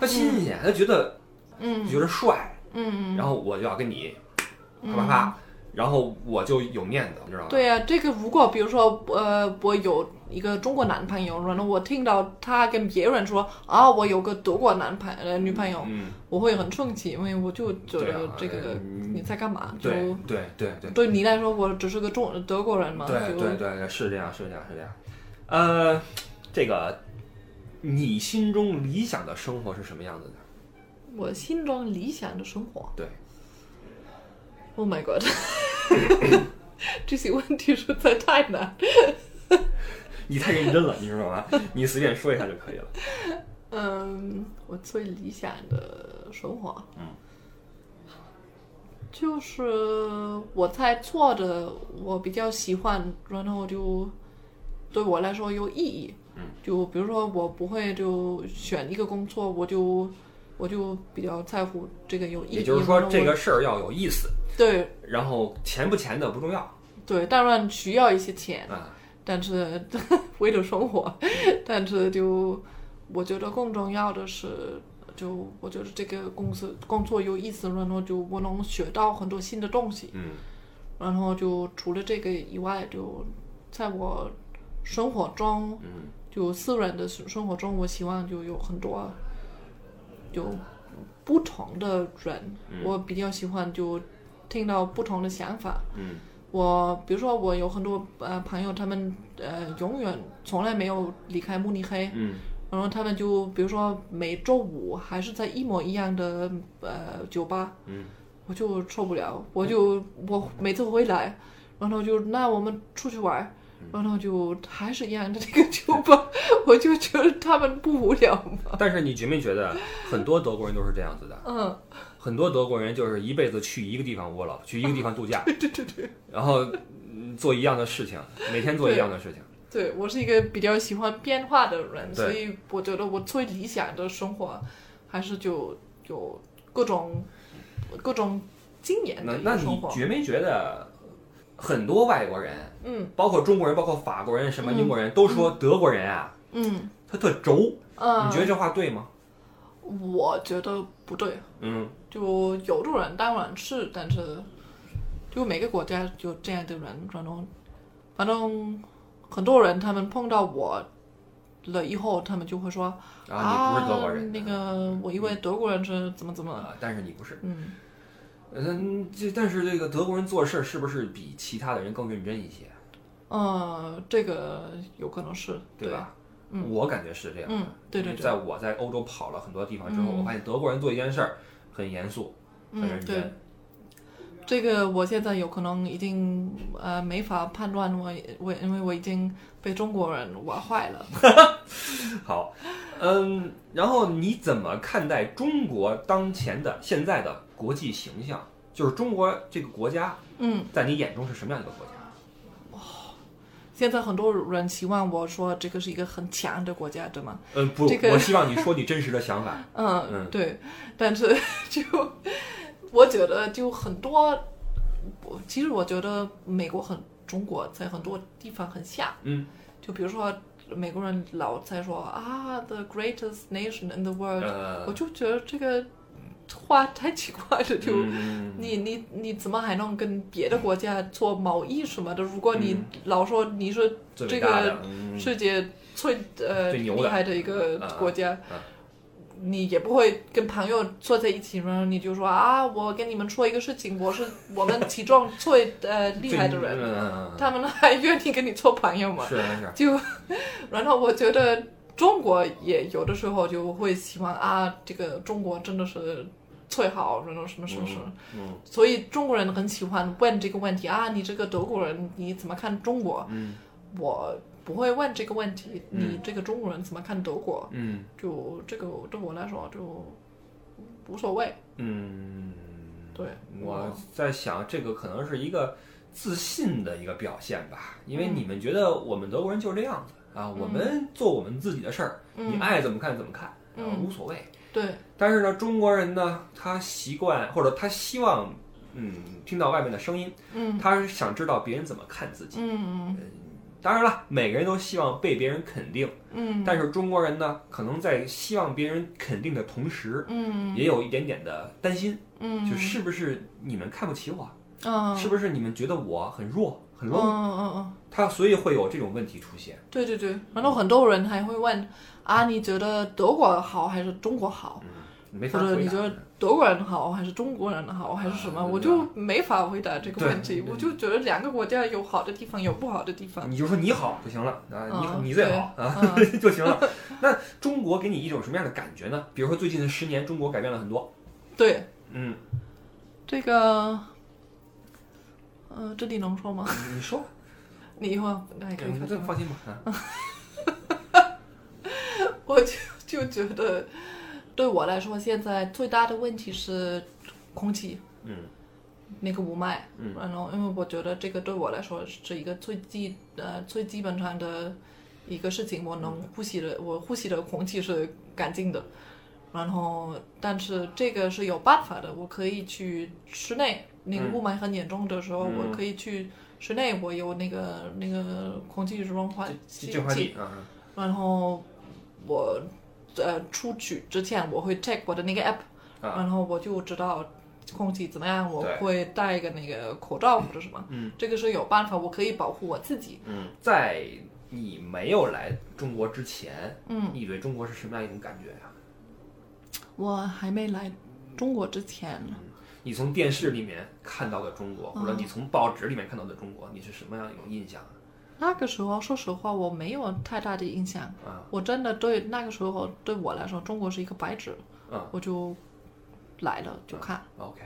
Speaker 1: 他新鲜，他觉得
Speaker 2: 嗯
Speaker 1: 觉得帅，
Speaker 2: 嗯，
Speaker 1: 然后我就要跟你啪
Speaker 2: 嗯
Speaker 1: 啪啪，然后我就有面子，你知道吗？
Speaker 2: 对呀、这个如果比如说，呃，我有一个中国男朋友，然后我听到他跟别人说啊，我有个德国男朋呃女朋友，
Speaker 1: 嗯，
Speaker 2: 我会很生气，因为我就觉
Speaker 1: 对
Speaker 2: 得
Speaker 1: 啊
Speaker 2: 这个、
Speaker 1: 嗯
Speaker 2: 你在干嘛？就
Speaker 1: 对对对对
Speaker 2: 对你来说，我只是个中德国人嘛，就
Speaker 1: 对对对对，是这样是这样是这样。呃，这个你心中理想的生活是什么样子的？
Speaker 2: 我心中理想的生活。
Speaker 1: 对
Speaker 2: ，Oh my god，这些问题实在太难。
Speaker 1: 你太认真了，你知道吗？你随便说一下就可以了。
Speaker 2: 嗯，我最理想的生活，
Speaker 1: 嗯，
Speaker 2: 就是我在做的，我比较喜欢，然后就对我来说有意义。
Speaker 1: 嗯，
Speaker 2: 就比如说我不会就选一个工作，我就我就比较在乎这个有意义。
Speaker 1: 也就是说，
Speaker 2: 然后
Speaker 1: 这
Speaker 2: 我
Speaker 1: 个事儿要有意思，
Speaker 2: 对
Speaker 1: 然后钱不钱的不重要
Speaker 2: 对，当然需要一些钱，
Speaker 1: 啊。
Speaker 2: 但是 <laughs> 为了生活，但是就我觉得更重要的是，就我觉得这个公司工作有意思，然后就我能学到很多新的东西，
Speaker 1: 嗯
Speaker 2: 然后就除了这个以外，就在我生活中，
Speaker 1: 嗯
Speaker 2: 就私人的生生活中，我希望就有很多就不同的人，我比较喜欢就听到不同的想法，
Speaker 1: 嗯
Speaker 2: 我比如说，我有很多呃朋友，他们呃永远从来没有离开慕尼黑，
Speaker 1: 嗯
Speaker 2: 然后他们就比如说每周五还是在一模一样的呃酒吧，
Speaker 1: 嗯，
Speaker 2: 我就受不了，我就我每次回来，然后就那我们出去玩儿，然后就还是一样的这个酒吧，我就觉得他们不无聊嘛，
Speaker 1: 但是你觉没觉得很多德国人都是这样子的？
Speaker 2: 嗯，
Speaker 1: 很多德国人就是一辈子去一个地方窝牢，去一个地方度假，
Speaker 2: 对对对对，
Speaker 1: 然后嗯做一样的事情，每天做一样的事情。
Speaker 2: 对我是一个比较喜欢变化的人，
Speaker 1: 对
Speaker 2: 所以我觉得我最理想的生活还是就有各种各种经验
Speaker 1: 那
Speaker 2: 的一
Speaker 1: 那
Speaker 2: 个
Speaker 1: 你
Speaker 2: 生活。
Speaker 1: 觉没觉得很多外国人，
Speaker 2: 嗯
Speaker 1: 包括中国人，包括法国人，什么英国人，都说德国人啊，
Speaker 2: 嗯
Speaker 1: 他特轴。
Speaker 2: 嗯，
Speaker 1: 你觉得这话对吗？
Speaker 2: 我觉得不对，
Speaker 1: 嗯，
Speaker 2: 就有的人当然是，但是就每个国家有这样的人，反正反正很多人他们碰到我了以后，他们就会说
Speaker 1: 啊，你不是德国人，
Speaker 2: 那个我以为德国人是怎么怎么，
Speaker 1: 啊，但是你不是。
Speaker 2: 嗯，
Speaker 1: 嗯，这但是这个德国人做事儿是不是比其他的人更认真一些，
Speaker 2: 呃，这个有可能是
Speaker 1: 对？吧？
Speaker 2: 嗯
Speaker 1: 我感觉是这样。
Speaker 2: 嗯，对对
Speaker 1: 因为
Speaker 2: 对，
Speaker 1: 在我在欧洲跑了很多地方之后，
Speaker 2: 嗯
Speaker 1: 我发现德国人做一件事儿很严肃、很
Speaker 2: 嗯
Speaker 1: 认真。
Speaker 2: 对，这个我现在有可能已经呃没法判断我我因为我已经被中国人玩坏了，
Speaker 1: 好，嗯，然后你怎么看待中国当前的现在的国际形象？就是中国这个国家
Speaker 2: 嗯，
Speaker 1: 在你眼中是什么样的一个国家？
Speaker 2: 现在很多人希望我说这个是一个很强的国家，对吗？
Speaker 1: 嗯，不，
Speaker 2: 这个
Speaker 1: 我希望你说你真实的想法。
Speaker 2: 嗯
Speaker 1: 嗯，
Speaker 2: 对，但是 <laughs> 就我觉得就很多，我其实我觉得美国很中国在很多地方很像。 <laughs>
Speaker 1: 嗯
Speaker 2: 就比如说美国人老在说啊，the greatest nation in the world，、
Speaker 1: 呃
Speaker 2: 我，就觉得这个话太奇怪了，就。
Speaker 1: 嗯
Speaker 2: 你你你怎么还能跟别的国家做贸易什么的？如果你
Speaker 1: 嗯
Speaker 2: 老说你是
Speaker 1: 最
Speaker 2: 这
Speaker 1: 伟大
Speaker 2: 个
Speaker 1: 的，嗯
Speaker 2: 世界最呃
Speaker 1: 最牛
Speaker 2: 厉
Speaker 1: 的
Speaker 2: 害的一个
Speaker 1: 啊
Speaker 2: 国家，
Speaker 1: 啊
Speaker 2: 你也不会跟朋友坐在一起，然后你就说啊，我跟你们说一个事情，我是我们其中最呃厉害的
Speaker 1: 最
Speaker 2: 人，
Speaker 1: 嗯嗯嗯
Speaker 2: 他们还愿意跟你做朋友吗？
Speaker 1: 是是是，
Speaker 2: 就，然后我觉得中国也有的时候就会希望啊，这个中国真的是最好，然后什么什么什么，
Speaker 1: 嗯
Speaker 2: 所以中国人很喜欢问这个问题啊，你这个德国人你怎么看中国？
Speaker 1: 嗯
Speaker 2: 我不会问这个问题，
Speaker 1: 嗯
Speaker 2: 你这个中国人怎么看德国？
Speaker 1: 嗯
Speaker 2: 就这个对我来说就无所谓。
Speaker 1: 嗯，
Speaker 2: 对，嗯
Speaker 1: 我在想这个可能是一个自信的一个表现吧，因
Speaker 2: 嗯
Speaker 1: 为你们觉得我们德国人就是这样子啊，我们做我们自己的事儿，你
Speaker 2: 嗯，
Speaker 1: 爱怎么看怎么看，啊
Speaker 2: 嗯
Speaker 1: 无所谓。
Speaker 2: 对，
Speaker 1: 但是呢，中国人呢，他习惯或者他希望，嗯，听到外面的声音，
Speaker 2: 嗯
Speaker 1: 他是想知道别人怎么看自己。
Speaker 2: 嗯
Speaker 1: 当然了，每个人都希望被别人肯定，
Speaker 2: 嗯
Speaker 1: 但是中国人呢，可能在希望别人肯定的同时，
Speaker 2: 嗯
Speaker 1: 也有一点点的担心，
Speaker 2: 嗯，
Speaker 1: 就是不是你们看不起我，
Speaker 2: 嗯，
Speaker 1: 是不是你们觉得我很弱很
Speaker 2: 嗯
Speaker 1: low，
Speaker 2: 嗯嗯。
Speaker 1: 他所以会有这种问题出现。
Speaker 2: 对对对，然后很多人还会问啊，你觉得德国好还是中国好？
Speaker 1: 嗯，没
Speaker 2: 哦或
Speaker 1: 法
Speaker 2: 者
Speaker 1: 回
Speaker 2: 你觉
Speaker 1: 答
Speaker 2: 得。德国人好还是中国人好还是什么？
Speaker 1: 啊
Speaker 2: 我
Speaker 1: 对
Speaker 2: 就没法回答这个问题，
Speaker 1: 对
Speaker 2: 我就觉得两个国家有好的地方，有不好的地方。嗯
Speaker 1: 你就说你好就行了啊，
Speaker 2: 啊
Speaker 1: 你你最好啊 <laughs> 就行了。那中国给你一种什么样的感觉呢？比如说最近的十年，中国改变了很多。
Speaker 2: 对
Speaker 1: 嗯，
Speaker 2: 这个，呃，这里能说吗？
Speaker 1: 你说，
Speaker 2: 你以后那也哎可以嗯
Speaker 1: 你
Speaker 2: 看
Speaker 1: 这
Speaker 2: 看。
Speaker 1: 放心吧。啊
Speaker 2: 我就 <laughs> 就觉得，对我来说，现在最大的问题是空气。
Speaker 1: 嗯
Speaker 2: 那个雾霾，
Speaker 1: 嗯
Speaker 2: 然后因为我觉得这个对我来说是一个最基呃最基本上的一个事情，我能
Speaker 1: 嗯
Speaker 2: 呼吸的，我呼吸的空气是干净的，然后但是这个是有办法的，我可以去室内，那个
Speaker 1: 嗯
Speaker 2: 雾霾很严重的时候，
Speaker 1: 嗯
Speaker 2: 我可以去室内，我有那个那个空气润化
Speaker 1: 净
Speaker 2: 器
Speaker 1: 净化器啊，
Speaker 2: 然后我呃出去之前我会 check 我的那个 app，、
Speaker 1: 啊
Speaker 2: 然后我就知道空气怎么样，我
Speaker 1: 对
Speaker 2: 会戴一个那个口罩或者什么，
Speaker 1: 嗯，
Speaker 2: 这个是有办法，我可以保护我自己。
Speaker 1: 嗯，在你没有来中国之前，
Speaker 2: 嗯，
Speaker 1: 你对中国是什么样一种感觉呀、
Speaker 2: 我还没来中国之前，
Speaker 1: 你从电视里面看到的中国，
Speaker 2: 嗯
Speaker 1: 或者你从报纸里面看到的中国，你是什么样一种印象啊？
Speaker 2: 那个时候说实话我没有太大的印象，
Speaker 1: 啊
Speaker 2: 我真的对那个时候对我来说中国是一个白纸，
Speaker 1: 嗯
Speaker 2: 我就来了就看，
Speaker 1: ，OK。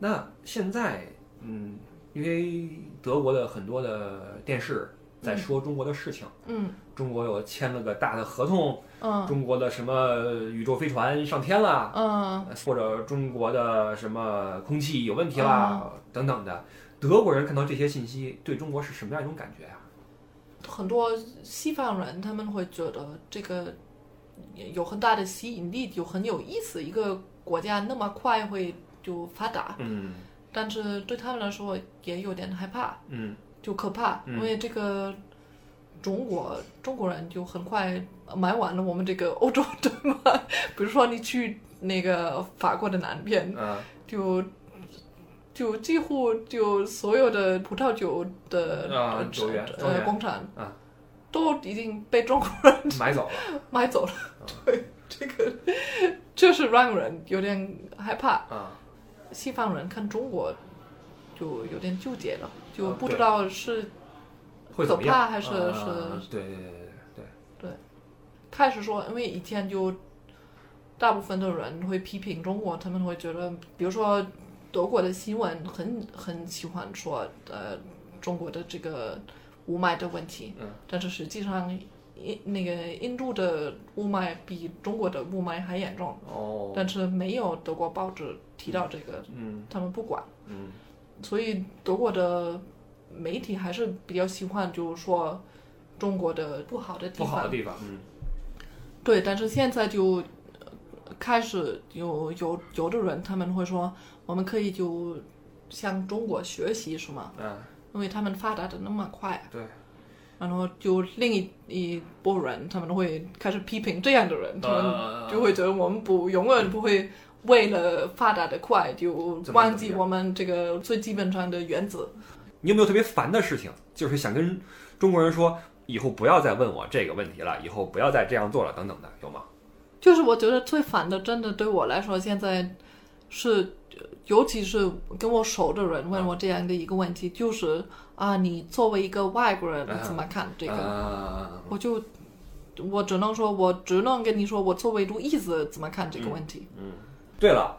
Speaker 1: 那现在，嗯，因为德国的很多的电视在说中国的事情，
Speaker 2: 嗯
Speaker 1: 中国有签了个大的合同，
Speaker 2: 嗯
Speaker 1: 中国的什么宇宙飞船上天啦，
Speaker 2: 嗯
Speaker 1: 或者中国的什么空气有问题啦、
Speaker 2: 嗯
Speaker 1: 等等的。德国人看到这些信息，对中国是什么样一种感觉啊？
Speaker 2: 很多西方人他们会觉得这个有很大的吸引力，有很有意思，一个国家那么快会就发达，
Speaker 1: 嗯
Speaker 2: 但是对他们来说也有点害怕，
Speaker 1: 嗯
Speaker 2: 就可怕，
Speaker 1: 嗯
Speaker 2: 因为这个中国中国人就很快买完了我们这个欧洲的嘛，比如说你去那个法国的南边，
Speaker 1: 啊
Speaker 2: 就。就几乎就所有的葡萄酒的
Speaker 1: 啊
Speaker 2: 呃
Speaker 1: 酒园庄
Speaker 2: 呃
Speaker 1: 园
Speaker 2: 工厂
Speaker 1: 啊
Speaker 2: 都已经被中国
Speaker 1: 买走了。
Speaker 2: 买走了。
Speaker 1: 啊
Speaker 2: 对，这个就是让人有点害怕。
Speaker 1: 啊，
Speaker 2: 西方人看中国就有点纠结了，就
Speaker 1: 啊
Speaker 2: 不
Speaker 1: 对
Speaker 2: 知道是
Speaker 1: 会怎么样？
Speaker 2: 可怕还是
Speaker 1: 啊对对对对对，
Speaker 2: 开始说，因为以前就大部分的人会批评中国，他们会觉得，比如说德国的新闻很很喜欢说，呃，中国的这个雾霾的问题，
Speaker 1: 嗯
Speaker 2: 但是实际上。印那个印度的雾霾比中国的雾霾还严重，
Speaker 1: 哦，
Speaker 2: 但是没有德国报纸提到这个，
Speaker 1: 嗯
Speaker 2: 他们不管，
Speaker 1: 嗯
Speaker 2: 所以德国的媒体还是比较喜欢，就是说中国的不好的地
Speaker 1: 不好的
Speaker 2: 方。
Speaker 1: 地方，嗯
Speaker 2: 对，但是现在就呃开始有有有的人他们会说，我们可以就向中国学习，是吗？
Speaker 1: 啊，
Speaker 2: 因为他们发达的那么快，啊
Speaker 1: 对，
Speaker 2: 然后就另一一波人他们会开始批评这样的人，他们
Speaker 1: 呃
Speaker 2: 就会觉得我们不永远不会为了发达的快就忘记我们这个最基本上的原则。
Speaker 1: 你有没有特别烦的事情？就是想跟中国人说，以后不要再问我这个问题了，以后不要再这样做了，等等的，有吗？
Speaker 2: 就是我觉得最烦的，真的对我来说，现在是，尤其是跟我熟的人
Speaker 1: 啊
Speaker 2: 问我这样的一个问题，就是啊，你作为一个外国人，
Speaker 1: 啊
Speaker 2: 你怎么看这个？
Speaker 1: 啊，
Speaker 2: 我就我只能说，我只能跟你说，我作为路易斯怎么看这
Speaker 1: 嗯
Speaker 2: 个问题
Speaker 1: 对了，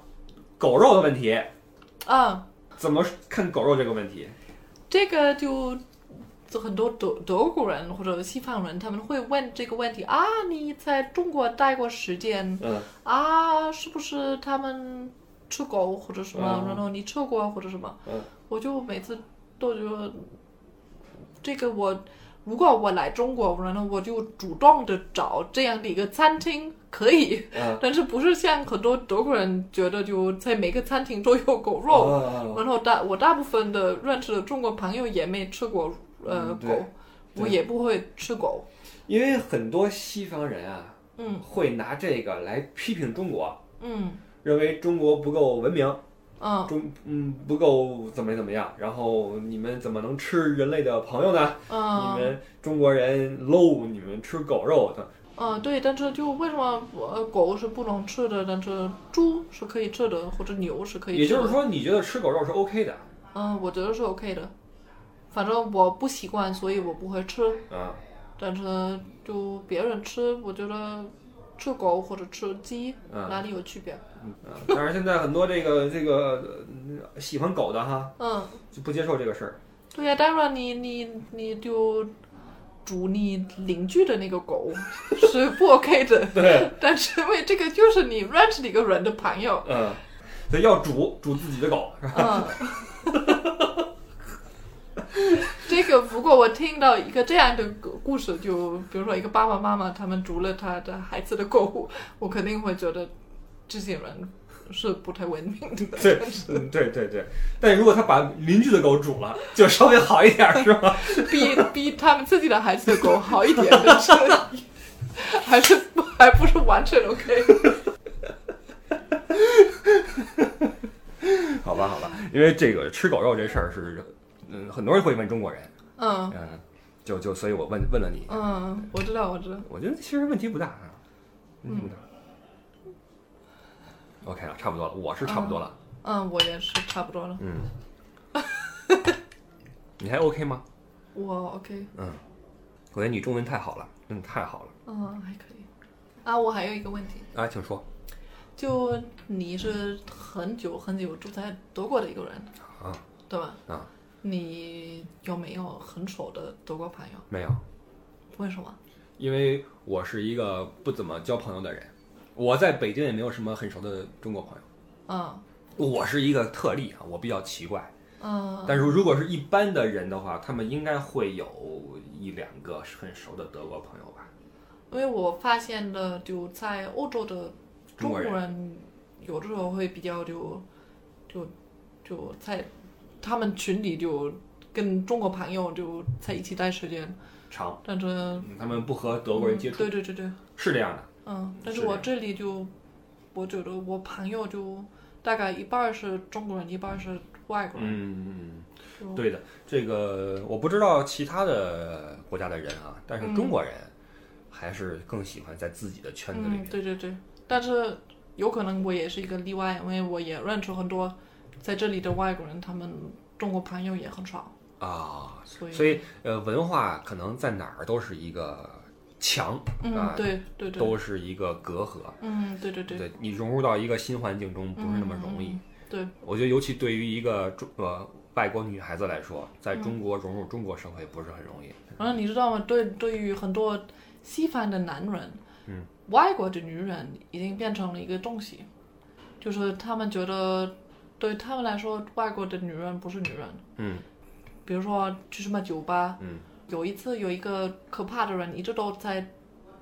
Speaker 1: 狗肉的问题，
Speaker 2: 啊。
Speaker 1: 怎么看狗肉这个问题？
Speaker 2: 这个就就很多德德国人或者西方人，他们会问这个问题啊，你在中国待过时间
Speaker 1: 嗯
Speaker 2: 啊，是不是他们吃狗或者什么，
Speaker 1: 嗯
Speaker 2: 然后你吃过或者什么，
Speaker 1: 嗯
Speaker 2: 我就每次都觉得这个我。如果我来中国，然后我就主动的找这样的一个餐厅可以，
Speaker 1: 嗯，
Speaker 2: 但是不是像很多德国人觉得就在每个餐厅都有狗肉，
Speaker 1: 哦，
Speaker 2: 然后大我大部分的认识的中国朋友也没吃过呃
Speaker 1: 嗯对
Speaker 2: 狗，我
Speaker 1: 对
Speaker 2: 也不会吃狗。
Speaker 1: 因为很多西方人啊，
Speaker 2: 嗯
Speaker 1: 会拿这个来批评中国，
Speaker 2: 嗯
Speaker 1: 认为中国不够文明，
Speaker 2: 嗯
Speaker 1: 中嗯不够怎么怎么样，然后你们怎么能吃人类的朋友呢？你
Speaker 2: 嗯
Speaker 1: 们中国人 low，你们吃狗肉的，
Speaker 2: 嗯，对，但是就为什么呃狗是不能吃的，但是猪是可以吃的，或者牛是可以
Speaker 1: 也
Speaker 2: 吃
Speaker 1: 就是
Speaker 2: 的？
Speaker 1: 说，你觉得吃狗肉是 OK 的
Speaker 2: 嗯，我觉得是 OK 的，反正我不习惯，所以我不会吃。
Speaker 1: 啊？
Speaker 2: 但是就别人吃，我觉得吃狗或者吃鸡、
Speaker 1: 嗯
Speaker 2: 哪里有区别？
Speaker 1: 嗯啊，但是现在很多这个这个、呃喜欢狗的哈，
Speaker 2: 嗯。
Speaker 1: 就不接受这个事儿。 <laughs>
Speaker 2: 对呀、当然你你你就煮你邻居的那个狗是不 OK 的， <laughs>
Speaker 1: 对，
Speaker 2: 但是因为这个就是你认识的一个人的朋友，
Speaker 1: 嗯，所以要煮煮自己的狗， <laughs> 是吧
Speaker 2: 嗯。 <laughs> 这个，如果我听到一个这样的故事，就比如说一个爸爸妈妈他们煮了他的孩子的狗，我肯定会觉得这些人是不太文明的。
Speaker 1: 对，嗯，对对对。但如果他把邻居的狗煮了，就稍微好一点儿，是吧？
Speaker 2: 比比他们自己的孩子的狗好一点，但是还是不还不是完全 OK。
Speaker 1: 好吧，好吧，因为这个吃狗肉这事儿是，嗯，很多人会问中国人，
Speaker 2: 嗯
Speaker 1: 嗯，就就所以我问问了你，
Speaker 2: 嗯，我知道，我知道。
Speaker 1: 我觉得其实问题不大啊，问题不大。OK 了，差不多了，我是差不多了，
Speaker 2: 嗯，我也是差不多了。
Speaker 1: 嗯。 <laughs> 你还 OK 吗？
Speaker 2: 我 OK，
Speaker 1: 嗯，我觉得你中文太好了，真的太好了
Speaker 2: 嗯，还可以。啊，我还有一个问题，
Speaker 1: 啊，请说
Speaker 2: 就你是很久很久住在德国的一个人，
Speaker 1: 啊
Speaker 2: 对吧？
Speaker 1: 啊，
Speaker 2: 你有没有很熟的德国朋友？
Speaker 1: 没有。
Speaker 2: 为什么？
Speaker 1: 因为我是一个不怎么交朋友的人，我在北京也没有什么很熟的中国朋友。
Speaker 2: 嗯
Speaker 1: 我是一个特例啊，我比较奇怪。
Speaker 2: 嗯
Speaker 1: 但是如果是一般的人的话，他们应该会有一两个很熟的德国朋友吧？
Speaker 2: 因为我发现了，就在欧洲的
Speaker 1: 中
Speaker 2: 中国
Speaker 1: 国人
Speaker 2: 人，有的时候会比较就就就在他们群里就跟中国朋友就在一起待时间，
Speaker 1: 长，
Speaker 2: 但是
Speaker 1: 嗯他们不和德国人接触，
Speaker 2: 对对对对，
Speaker 1: 是这样的。
Speaker 2: 嗯，但是
Speaker 1: 是
Speaker 2: 我这里就我觉得我朋友就大概一半儿是中国人，一半儿是外国人，
Speaker 1: 嗯，
Speaker 2: 就
Speaker 1: 对的。这个我不知道其他的国家的人啊，但
Speaker 2: 嗯
Speaker 1: 是中国人还是更喜欢在自己的圈子里
Speaker 2: 嗯，
Speaker 1: 面。
Speaker 2: 对对对，但是有可能我也是一个例外，因为我也认识很多在这里的外国人，他们中国朋友也很少。
Speaker 1: 啊，
Speaker 2: 嗯所以，
Speaker 1: 所以呃，文化可能在哪儿都是一个墙
Speaker 2: 嗯
Speaker 1: 啊，
Speaker 2: 对对对，
Speaker 1: 都是一个隔阂。
Speaker 2: 嗯，对对对，
Speaker 1: 对你融入到一个新环境中不是那么容易。
Speaker 2: 对，
Speaker 1: 我觉得尤其对于一个中呃外国女孩子来说，在中国融入中国社会不是很容易。
Speaker 2: 然后你知道吗？对，对于很多西方的男人，
Speaker 1: 嗯，
Speaker 2: 外国的女人已经变成了一个东西，就是他们觉得对他们来说，外国的女人不是女人。
Speaker 1: 嗯
Speaker 2: 比如说去什么酒吧，
Speaker 1: 嗯
Speaker 2: 有一次有一个可怕的人一直都在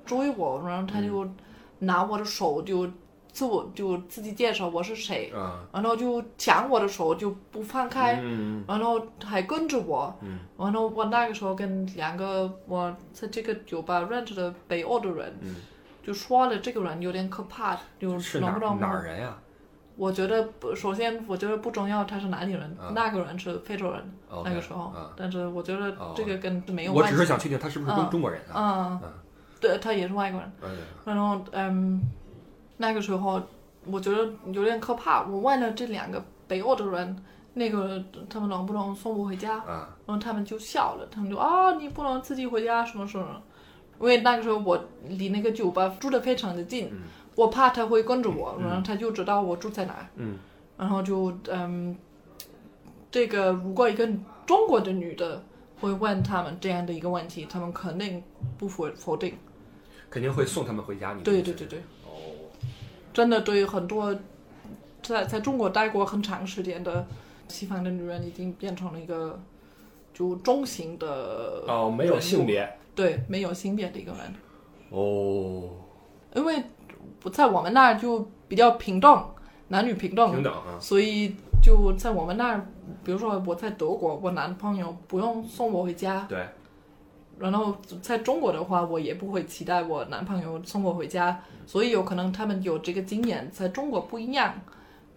Speaker 2: 追我，然后他就
Speaker 1: 嗯
Speaker 2: 拿我的手就自我就自己介绍我是谁，
Speaker 1: 啊
Speaker 2: 然后就抢我的手就不放嗯开，
Speaker 1: 嗯
Speaker 2: 然后还跟着我，
Speaker 1: 嗯
Speaker 2: 然后我那个时候跟两个我在这个酒吧认识的北欧的人，
Speaker 1: 嗯
Speaker 2: 就说了这个人有点可怕，就是
Speaker 1: 哪
Speaker 2: 能不
Speaker 1: 儿
Speaker 2: 能
Speaker 1: 哪儿人呀
Speaker 2: 我觉得不，首先我觉得不重要他是哪里人，
Speaker 1: 啊
Speaker 2: 那个人是非洲人
Speaker 1: OK，
Speaker 2: 嗯那个时候，
Speaker 1: 啊
Speaker 2: 但是我觉得
Speaker 1: 哦
Speaker 2: 这个跟没有
Speaker 1: 我
Speaker 2: 关
Speaker 1: 只
Speaker 2: 系。
Speaker 1: 是想确定他是不是中、
Speaker 2: 嗯
Speaker 1: 中国人啊？
Speaker 2: 嗯，
Speaker 1: 嗯
Speaker 2: 对他也是外国人。
Speaker 1: 嗯
Speaker 2: 然后嗯，那个时候我觉得有点可怕。我问了这两个北欧的人，那个他们能不能送我回家？
Speaker 1: 啊
Speaker 2: 然后他们就笑了，他们就啊，你不能自己回家什么什么。因为那个时候我离那个酒吧住的非常的近，
Speaker 1: 嗯
Speaker 2: 我怕他会跟着我，然后他就知道我住在哪儿，
Speaker 1: 嗯
Speaker 2: 然后就嗯，这个如果一个中国的女的会问他们这样的一个问题，他们肯定不否否定。
Speaker 1: 肯定会送他们回家。你的
Speaker 2: 对
Speaker 1: 意思
Speaker 2: 对对
Speaker 1: 是
Speaker 2: 对，
Speaker 1: 哦，
Speaker 2: 真的对很多在在中国待过很长时间的西方的女人，已经变成了一个就中型的
Speaker 1: 哦，没有性别。
Speaker 2: 对没有性别的一个人，
Speaker 1: 哦，
Speaker 2: 因为不在我们那儿就比较平等，男女平等，
Speaker 1: 平等啊。
Speaker 2: 所以就在我们那儿，比如说我在德国，我男朋友不用送我回家，
Speaker 1: 对，
Speaker 2: 然后在中国的话，我也不会期待我男朋友送我回家，所以有可能他们有这个经验，在中国不一样。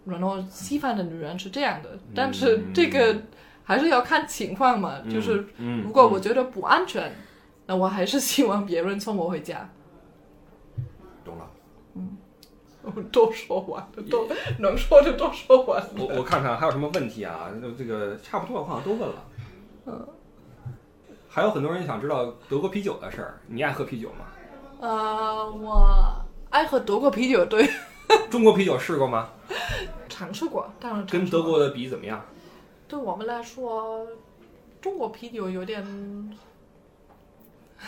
Speaker 2: 然后西方的女人是这样的，但是这个还是要看情况嘛。就是
Speaker 1: 嗯，
Speaker 2: 如果我觉得不安全，那我还是希望别人送我回家。
Speaker 1: 懂了。
Speaker 2: 我 <laughs> 都说完了，都能说的都说完了。
Speaker 1: 我我看看还有什么问题啊？那这个差不多，我好像都问了。嗯，还有很多人想知道德国啤酒的事儿。你爱喝啤酒吗？
Speaker 2: 呃，我爱喝德国啤酒，对，
Speaker 1: 中国啤酒试过吗？
Speaker 2: 尝试过，当然尝
Speaker 1: 跟
Speaker 2: 试过
Speaker 1: 德国的比怎么样？
Speaker 2: 对我们来说，中国啤酒有点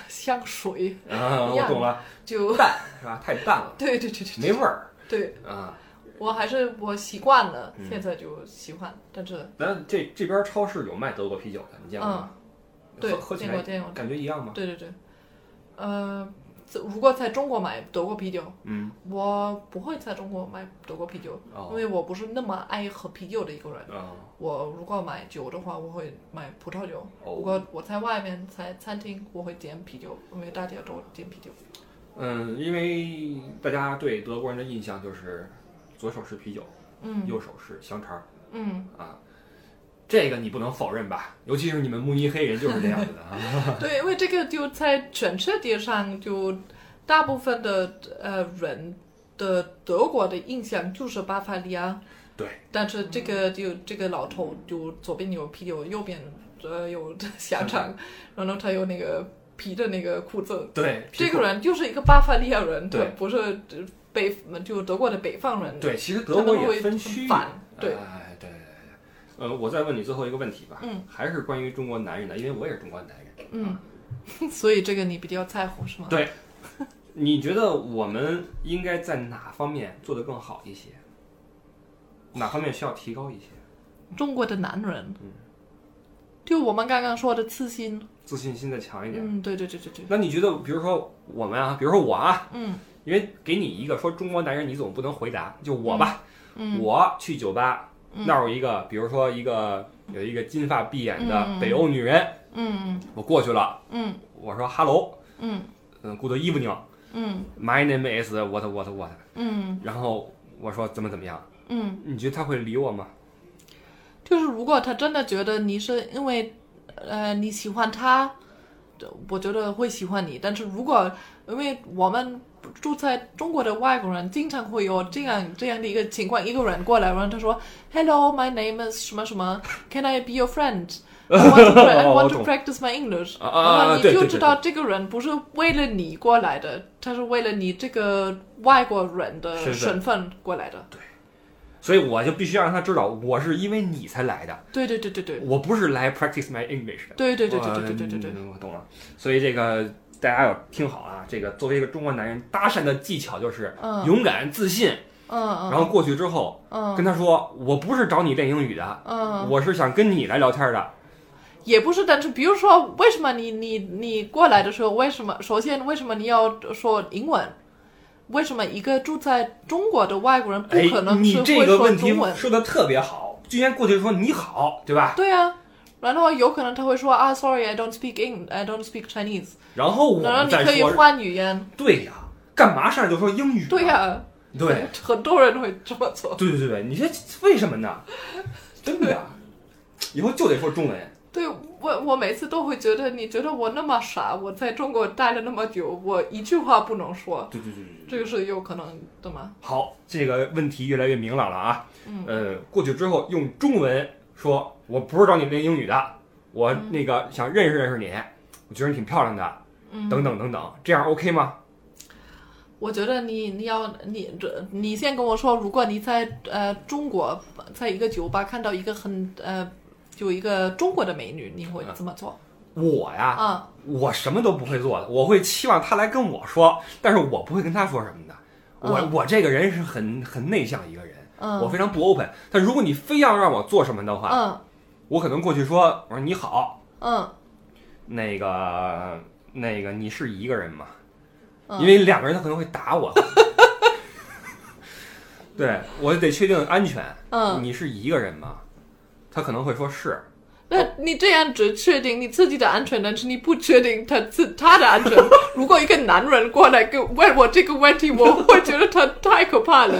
Speaker 2: 像水，
Speaker 1: 啊，
Speaker 2: 一
Speaker 1: 我
Speaker 2: 样
Speaker 1: 懂了，
Speaker 2: 就 <laughs>
Speaker 1: 淡是吧？太淡了，
Speaker 2: 对对对对
Speaker 1: 没味儿
Speaker 2: 对，
Speaker 1: 啊。
Speaker 2: 我还是我习惯了，
Speaker 1: 嗯
Speaker 2: 现在就习惯，但是嗯
Speaker 1: 咱这这边超市有卖德国啤酒的，你见过吗？
Speaker 2: 对
Speaker 1: 喝喝起
Speaker 2: 见过
Speaker 1: 来
Speaker 2: 见过，
Speaker 1: 感觉一样吗？
Speaker 2: 对对对，呃，这如果在中国买德国啤酒，
Speaker 1: 嗯，
Speaker 2: 我不会在中国买德国啤酒，
Speaker 1: 哦
Speaker 2: 因为我不是那么爱喝啤酒的一个人。
Speaker 1: 啊，
Speaker 2: 我如果买酒的话，我会买葡萄酒；
Speaker 1: 哦
Speaker 2: 如果我在外面在餐厅，我会点啤酒，因为大家都点啤酒。
Speaker 1: 嗯，因为大家对德国人的印象就是左手是啤酒，
Speaker 2: 嗯
Speaker 1: 右手是香肠儿
Speaker 2: 嗯，
Speaker 1: 啊，这个你不能否认吧？尤其是你们慕尼黑人就是这样子的
Speaker 2: <laughs>
Speaker 1: 啊。
Speaker 2: 对，因为这个就在全世界上，就大部分的呃人的德国的印象就是巴伐利亚，
Speaker 1: 对，
Speaker 2: 但是这
Speaker 1: 嗯
Speaker 2: 个就这个老头就左边有啤酒，右边呃有 <laughs>
Speaker 1: <laughs>
Speaker 2: 香肠，然后他有那个皮的那个裤子。
Speaker 1: 对，
Speaker 2: 这
Speaker 1: 啤酒
Speaker 2: 个人就是一个巴伐利亚人，他
Speaker 1: 对
Speaker 2: 不是呃北就德国的北方人。
Speaker 1: 对，其实德国也分区域
Speaker 2: 他们会很反。对
Speaker 1: 哎，对对对对。呃，我再问你最后一个问题吧，
Speaker 2: 嗯，
Speaker 1: 还是关于中国男人的，因为我也是中国男人。
Speaker 2: 嗯，所以这个你比较在乎是吗？
Speaker 1: 对你觉得我们应该在哪方面做得更好一些？哪方面需要提高一些？
Speaker 2: 中国的男人，
Speaker 1: 嗯
Speaker 2: 就我们刚刚说的自信，
Speaker 1: 自信心再强一点。
Speaker 2: 嗯，对对对对对，
Speaker 1: 那你觉得，比如说我们啊，比如说我啊，
Speaker 2: 嗯，
Speaker 1: 因为给你一个说中国男人，你总不能回答就我吧，
Speaker 2: 嗯
Speaker 1: 我去酒吧、
Speaker 2: 嗯
Speaker 1: 那儿有一个，比如说一个有一个金发碧眼
Speaker 2: 嗯
Speaker 1: 的北欧女人，
Speaker 2: 嗯
Speaker 1: 我过去了，
Speaker 2: 嗯
Speaker 1: 我说 hello，
Speaker 2: 嗯
Speaker 1: 嗯，good evening，my
Speaker 2: 嗯
Speaker 1: name is what what what，
Speaker 2: 嗯
Speaker 1: 然后我说怎么怎么样，
Speaker 2: 嗯，
Speaker 1: 你觉得他会理我吗？
Speaker 2: 就是如果他真的觉得你是因为，呃，你喜欢他，我觉得会喜欢你。但是如果因为我们住在中国的外国人，经常会有这样这样的一个情况，一个人过来，然后他说，Hello，my name is 什么什么，Can I be your
Speaker 1: <laughs>
Speaker 2: friend？I want to, pra- I
Speaker 1: 哦我
Speaker 2: want to
Speaker 1: 懂
Speaker 2: practice my English，、
Speaker 1: 啊啊
Speaker 2: 然后你
Speaker 1: 对对
Speaker 2: 就
Speaker 1: 对
Speaker 2: 知道这个人不是为了你过来的，他是为了你这个外国人的
Speaker 1: 身份
Speaker 2: 身份过来的。
Speaker 1: 所以我就必须要让他知道，我是因为你才来的，
Speaker 2: 对对对对对
Speaker 1: 我不是来 practice my English 的。
Speaker 2: 对对对对对对对对对
Speaker 1: 嗯我懂了。所以这个大家要听好啊，这个作为一个中国男人，搭讪的技巧就是
Speaker 2: 嗯
Speaker 1: 勇敢、自信，
Speaker 2: 嗯
Speaker 1: 然后过去之后
Speaker 2: 嗯
Speaker 1: 跟他说，我不是找你练英语的，
Speaker 2: 嗯，
Speaker 1: 我是想跟你来聊天的。
Speaker 2: 也不是，但是比如说，为什么你你你过来的时候，为什么首先为什么你要说英文？为什么一个住在中国的外国人不
Speaker 1: 哎
Speaker 2: 可，能是
Speaker 1: 你这
Speaker 2: 会
Speaker 1: 个
Speaker 2: 说
Speaker 1: 问题
Speaker 2: 中文？
Speaker 1: 说的特别好，居然过去说你好，对吧？
Speaker 2: 对啊，然后有可能他会说啊，sorry，I don't speak in，I don't speak Chinese，
Speaker 1: 然后我
Speaker 2: 然后
Speaker 1: 们
Speaker 2: 你
Speaker 1: 再
Speaker 2: 可以
Speaker 1: 说，
Speaker 2: 换语言。
Speaker 1: 对呀，干嘛上来就说英语呢？
Speaker 2: 对呀、啊
Speaker 1: 对，
Speaker 2: 很多人会这么做。
Speaker 1: 对对对对，你这为什么呢？真的呀，以后就得说中文。
Speaker 2: 对我，我每次都会觉得，你觉得我那么傻，我在中国待了那么久，我一句话不能说，
Speaker 1: 对对对对
Speaker 2: 这个是有可能的吗？
Speaker 1: 好，这个问题越来越明朗了啊。嗯，呃，过去之后用中文说，我不是找你练英语的，我
Speaker 2: 嗯
Speaker 1: 那个想认识认识你，我觉得你挺漂亮的，
Speaker 2: 嗯
Speaker 1: 等等等等，这样 OK 吗？
Speaker 2: 我觉得你你要你这你先跟我说，如果你在呃中国在一个酒吧看到一个很呃有一个中国的美女，你会怎么做？
Speaker 1: 我呀，
Speaker 2: 啊，
Speaker 1: 我什么都不会做的，我会期望他来跟我说，但是我不会跟他说什么的。我、
Speaker 2: 嗯
Speaker 1: 我这个人是很很内向一个人，
Speaker 2: 嗯，
Speaker 1: 我非常不 open。但如果你非要让我做什么的话，
Speaker 2: 嗯
Speaker 1: 我可能过去说，我说你好，
Speaker 2: 嗯
Speaker 1: 那个那个你是一个人吗？
Speaker 2: 嗯，
Speaker 1: 因为两个人他可能会打我。 <laughs> 对我得确定安全。
Speaker 2: 嗯，
Speaker 1: 你是一个人吗？他可能会说是。
Speaker 2: 那你这样只确定你自己的安全，但是你不确定他自他的
Speaker 1: <laughs>
Speaker 2: 安全。如果一个男人过来跟问我这个问题，我会觉得他太可
Speaker 1: <laughs>
Speaker 2: 怕了。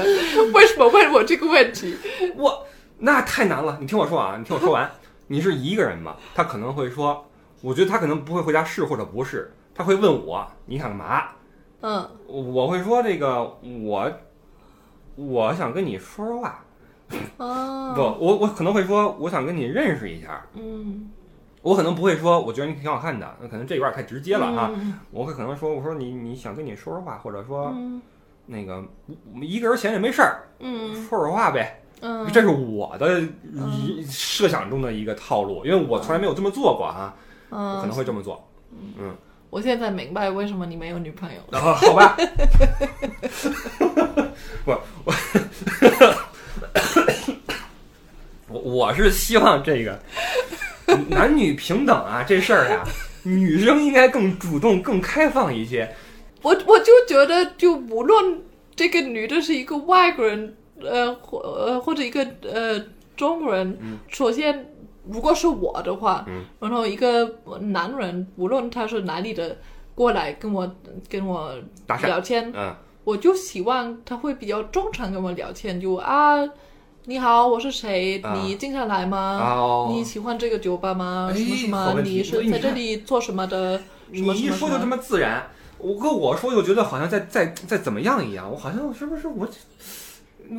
Speaker 2: 为什么问我这个问题？
Speaker 1: 我那太难了，你听我说啊，你听我说完，你是一个人吗？他可能会说，我觉得他可能不会回答是或者不是，他会问我你想干嘛？
Speaker 2: 嗯，
Speaker 1: 我我会说这个我我想跟你说说话，不，
Speaker 2: 哦，
Speaker 1: 我我可能会说我想跟你认识一下，
Speaker 2: 嗯，
Speaker 1: 我可能不会说我觉得你挺好看的，那可能这有点太直接了啊。
Speaker 2: 嗯
Speaker 1: 我会可能说我说你你想跟你说说话，或者说
Speaker 2: 嗯
Speaker 1: 那个我们一个人闲着没事儿
Speaker 2: 嗯
Speaker 1: 说说话呗，
Speaker 2: 嗯，
Speaker 1: 这是我的一设想中的一个套路，因为我从来没有这么做过啊，我可
Speaker 2: 嗯，
Speaker 1: 能会这么做。嗯，
Speaker 2: 我现在明白为什么你没有女朋友了。
Speaker 1: 然后啊好吧， <laughs> 不，我我我是希望这个男女平等啊这事儿啊，女生应该更主动、更开放一些。
Speaker 2: 我我就觉得，就无论这个女的是一个外国人，呃，或呃或者一个呃中国人，首先如果是我的话，
Speaker 1: 嗯
Speaker 2: 然后一个男人，无论他是哪里的，过来跟我跟我
Speaker 1: 搭讪
Speaker 2: 聊天，
Speaker 1: 嗯
Speaker 2: 我就希望他会比较忠诚跟我聊天，就啊，你好，我是谁？
Speaker 1: 啊
Speaker 2: 你经常来吗？
Speaker 1: 哦
Speaker 2: 你喜欢这个酒吧吗？
Speaker 1: 哎
Speaker 2: 什么什
Speaker 1: 好
Speaker 2: 么？
Speaker 1: 问题
Speaker 2: 你
Speaker 1: 所以
Speaker 2: 是
Speaker 1: 你
Speaker 2: 在这
Speaker 1: 看
Speaker 2: 里做什么的？什
Speaker 1: 你
Speaker 2: 么什
Speaker 1: 一
Speaker 2: 么
Speaker 1: 说
Speaker 2: 什
Speaker 1: 就这么自然，我跟我说就觉得好像在在在怎么样一样，我好像是不是我，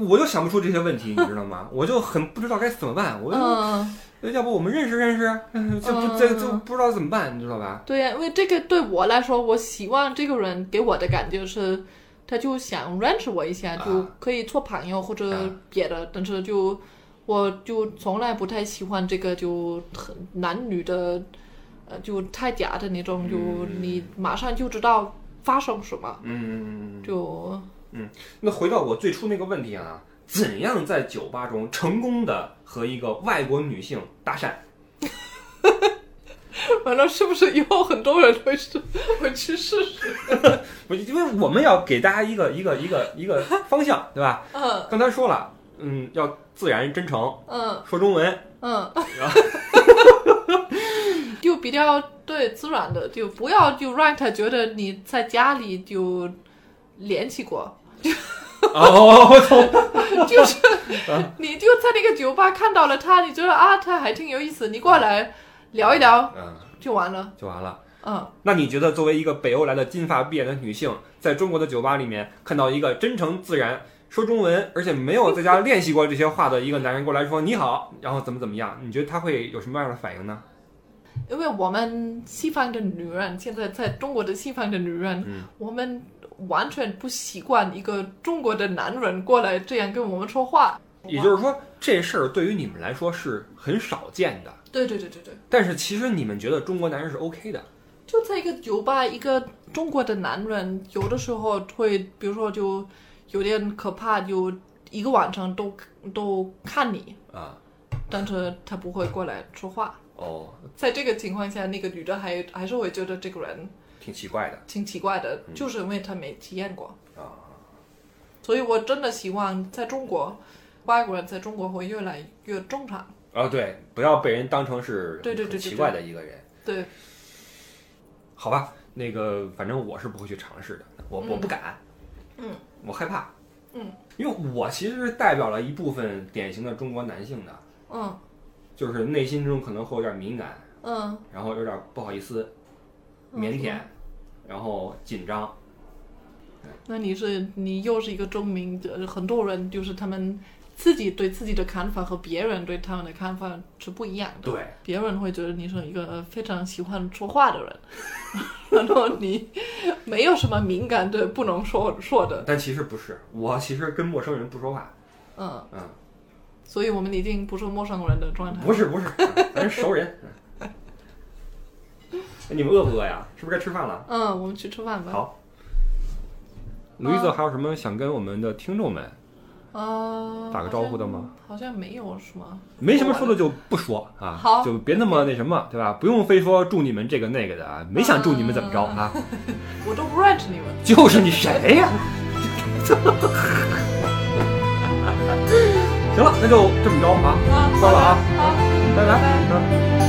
Speaker 1: 我就想不出这些问题，你知道吗？我就很不知道该怎么办，我就、
Speaker 2: 嗯。
Speaker 1: 要不我们认识认识，嗯这不这这不知道怎么办，你知道吧？
Speaker 2: 对呀、因为这个对我来说，我希望这个人给我的感觉是，他就想认识我一下，
Speaker 1: 啊
Speaker 2: 就可以做朋友或者
Speaker 1: 啊
Speaker 2: 别的，但是就我就从来不太喜欢这个就很男女的，呃，就太假的那种，就
Speaker 1: 嗯
Speaker 2: 你马上就知道发生什么，
Speaker 1: 嗯，
Speaker 2: 就
Speaker 1: 那回到我最初那个问题啊，怎样在酒吧中成功的和一个外国女性搭讪？
Speaker 2: 完了，是不是以后很多人会试会去试试？
Speaker 1: 不，因为我们要给大家一个一个一个一个方向，对吧？
Speaker 2: 嗯
Speaker 1: 刚才说了，嗯，要自然真诚，
Speaker 2: 嗯
Speaker 1: 说中
Speaker 2: <laughs>
Speaker 1: 文，
Speaker 2: 嗯
Speaker 1: 然，
Speaker 2: 就比较对自然的，就不要就让他觉得你在家里就联系
Speaker 1: <laughs>
Speaker 2: 过，
Speaker 1: 哦，
Speaker 2: <laughs>
Speaker 1: 我懂。
Speaker 2: 就是
Speaker 1: 啊
Speaker 2: 你就在那个酒吧看到了他，你觉得啊他还挺有意思，你过
Speaker 1: 啊
Speaker 2: 来聊一聊
Speaker 1: 嗯，
Speaker 2: 就完了，
Speaker 1: 就完了。
Speaker 2: 嗯。
Speaker 1: 那你觉得作为一个北欧来的金发碧眼的女性，在中国的酒吧里面看到一个真诚自然、说中文，而且没有在家练习过这些话的一个男人过来说“你好”，然后怎么怎么样，你觉得他会有什么样的反应呢？
Speaker 2: 因为我们西方的女人，现在在中国的西方的女人，
Speaker 1: 嗯
Speaker 2: 我们完全不习惯一个中国的男人过来这样跟我们说话。
Speaker 1: 也就是说，这事儿对于你们来说是很少见的，
Speaker 2: 对对对对对，
Speaker 1: 但是其实你们觉得中国男人是 OK 的。
Speaker 2: 就在一个酒吧，一个中国的男人，有的时候会，比如说就有点可怕，就一个晚上都都看你，
Speaker 1: 啊，
Speaker 2: 但是他不会过来说话。
Speaker 1: 哦，
Speaker 2: 在这个情况下，那个女的还还是会觉得这个人
Speaker 1: 挺奇怪的
Speaker 2: 挺奇怪的，就是因为她没体验过。
Speaker 1: 啊。
Speaker 2: 所以我真的希望在中国，外国人在中国会越来越正常。
Speaker 1: 啊，对，不要被人当成是
Speaker 2: 对对对
Speaker 1: 很
Speaker 2: 对
Speaker 1: 奇
Speaker 2: 对
Speaker 1: 怪的一个人。
Speaker 2: 对，
Speaker 1: 好吧，那个反正我是不会去尝试的，我我不敢，
Speaker 2: 嗯，
Speaker 1: 我害怕，
Speaker 2: 嗯，
Speaker 1: 因为我其实是代表了一部分典型的中国男性的，
Speaker 2: 嗯
Speaker 1: 就是内心中可能会有点敏感，
Speaker 2: 嗯
Speaker 1: 然后有点不好意思、
Speaker 2: 嗯
Speaker 1: 腼腆，然后紧张，
Speaker 2: 那你是你又是一个证明，呃很多人就是他们自己对自己的看法和别人对他们的看法是不一样的。
Speaker 1: 对，
Speaker 2: 别人会觉得你是一个非常喜欢说话的人， <laughs> 然后你没有什么敏感的不能说说的，
Speaker 1: 但其实不是，我其实跟陌生人不说话，
Speaker 2: 嗯，
Speaker 1: 嗯，
Speaker 2: 所以我嗯们已经不是陌生人的状态。
Speaker 1: 不是不是，咱是熟人，嗯嗯你们饿不饿呀？是不是该吃饭了？
Speaker 2: 嗯，我们去吃饭吧。
Speaker 1: 好。卢一泽还有什么想跟我们的听众们
Speaker 2: 呃，
Speaker 1: 打个招呼的吗
Speaker 2: 好像？好像没有是吗？
Speaker 1: 没什么说的就不说啊，
Speaker 2: 好
Speaker 1: 就别那么那什么，对吧？不用非说祝你们这个那个的啊，没想祝你们怎么着啊，
Speaker 2: 我都不认识你们。
Speaker 1: 就是你谁呀、 <laughs> 行了，那就这么着啊，
Speaker 2: 啊，
Speaker 1: 关了啊，
Speaker 2: 好，
Speaker 1: 拜拜。
Speaker 2: 拜拜
Speaker 1: 嗯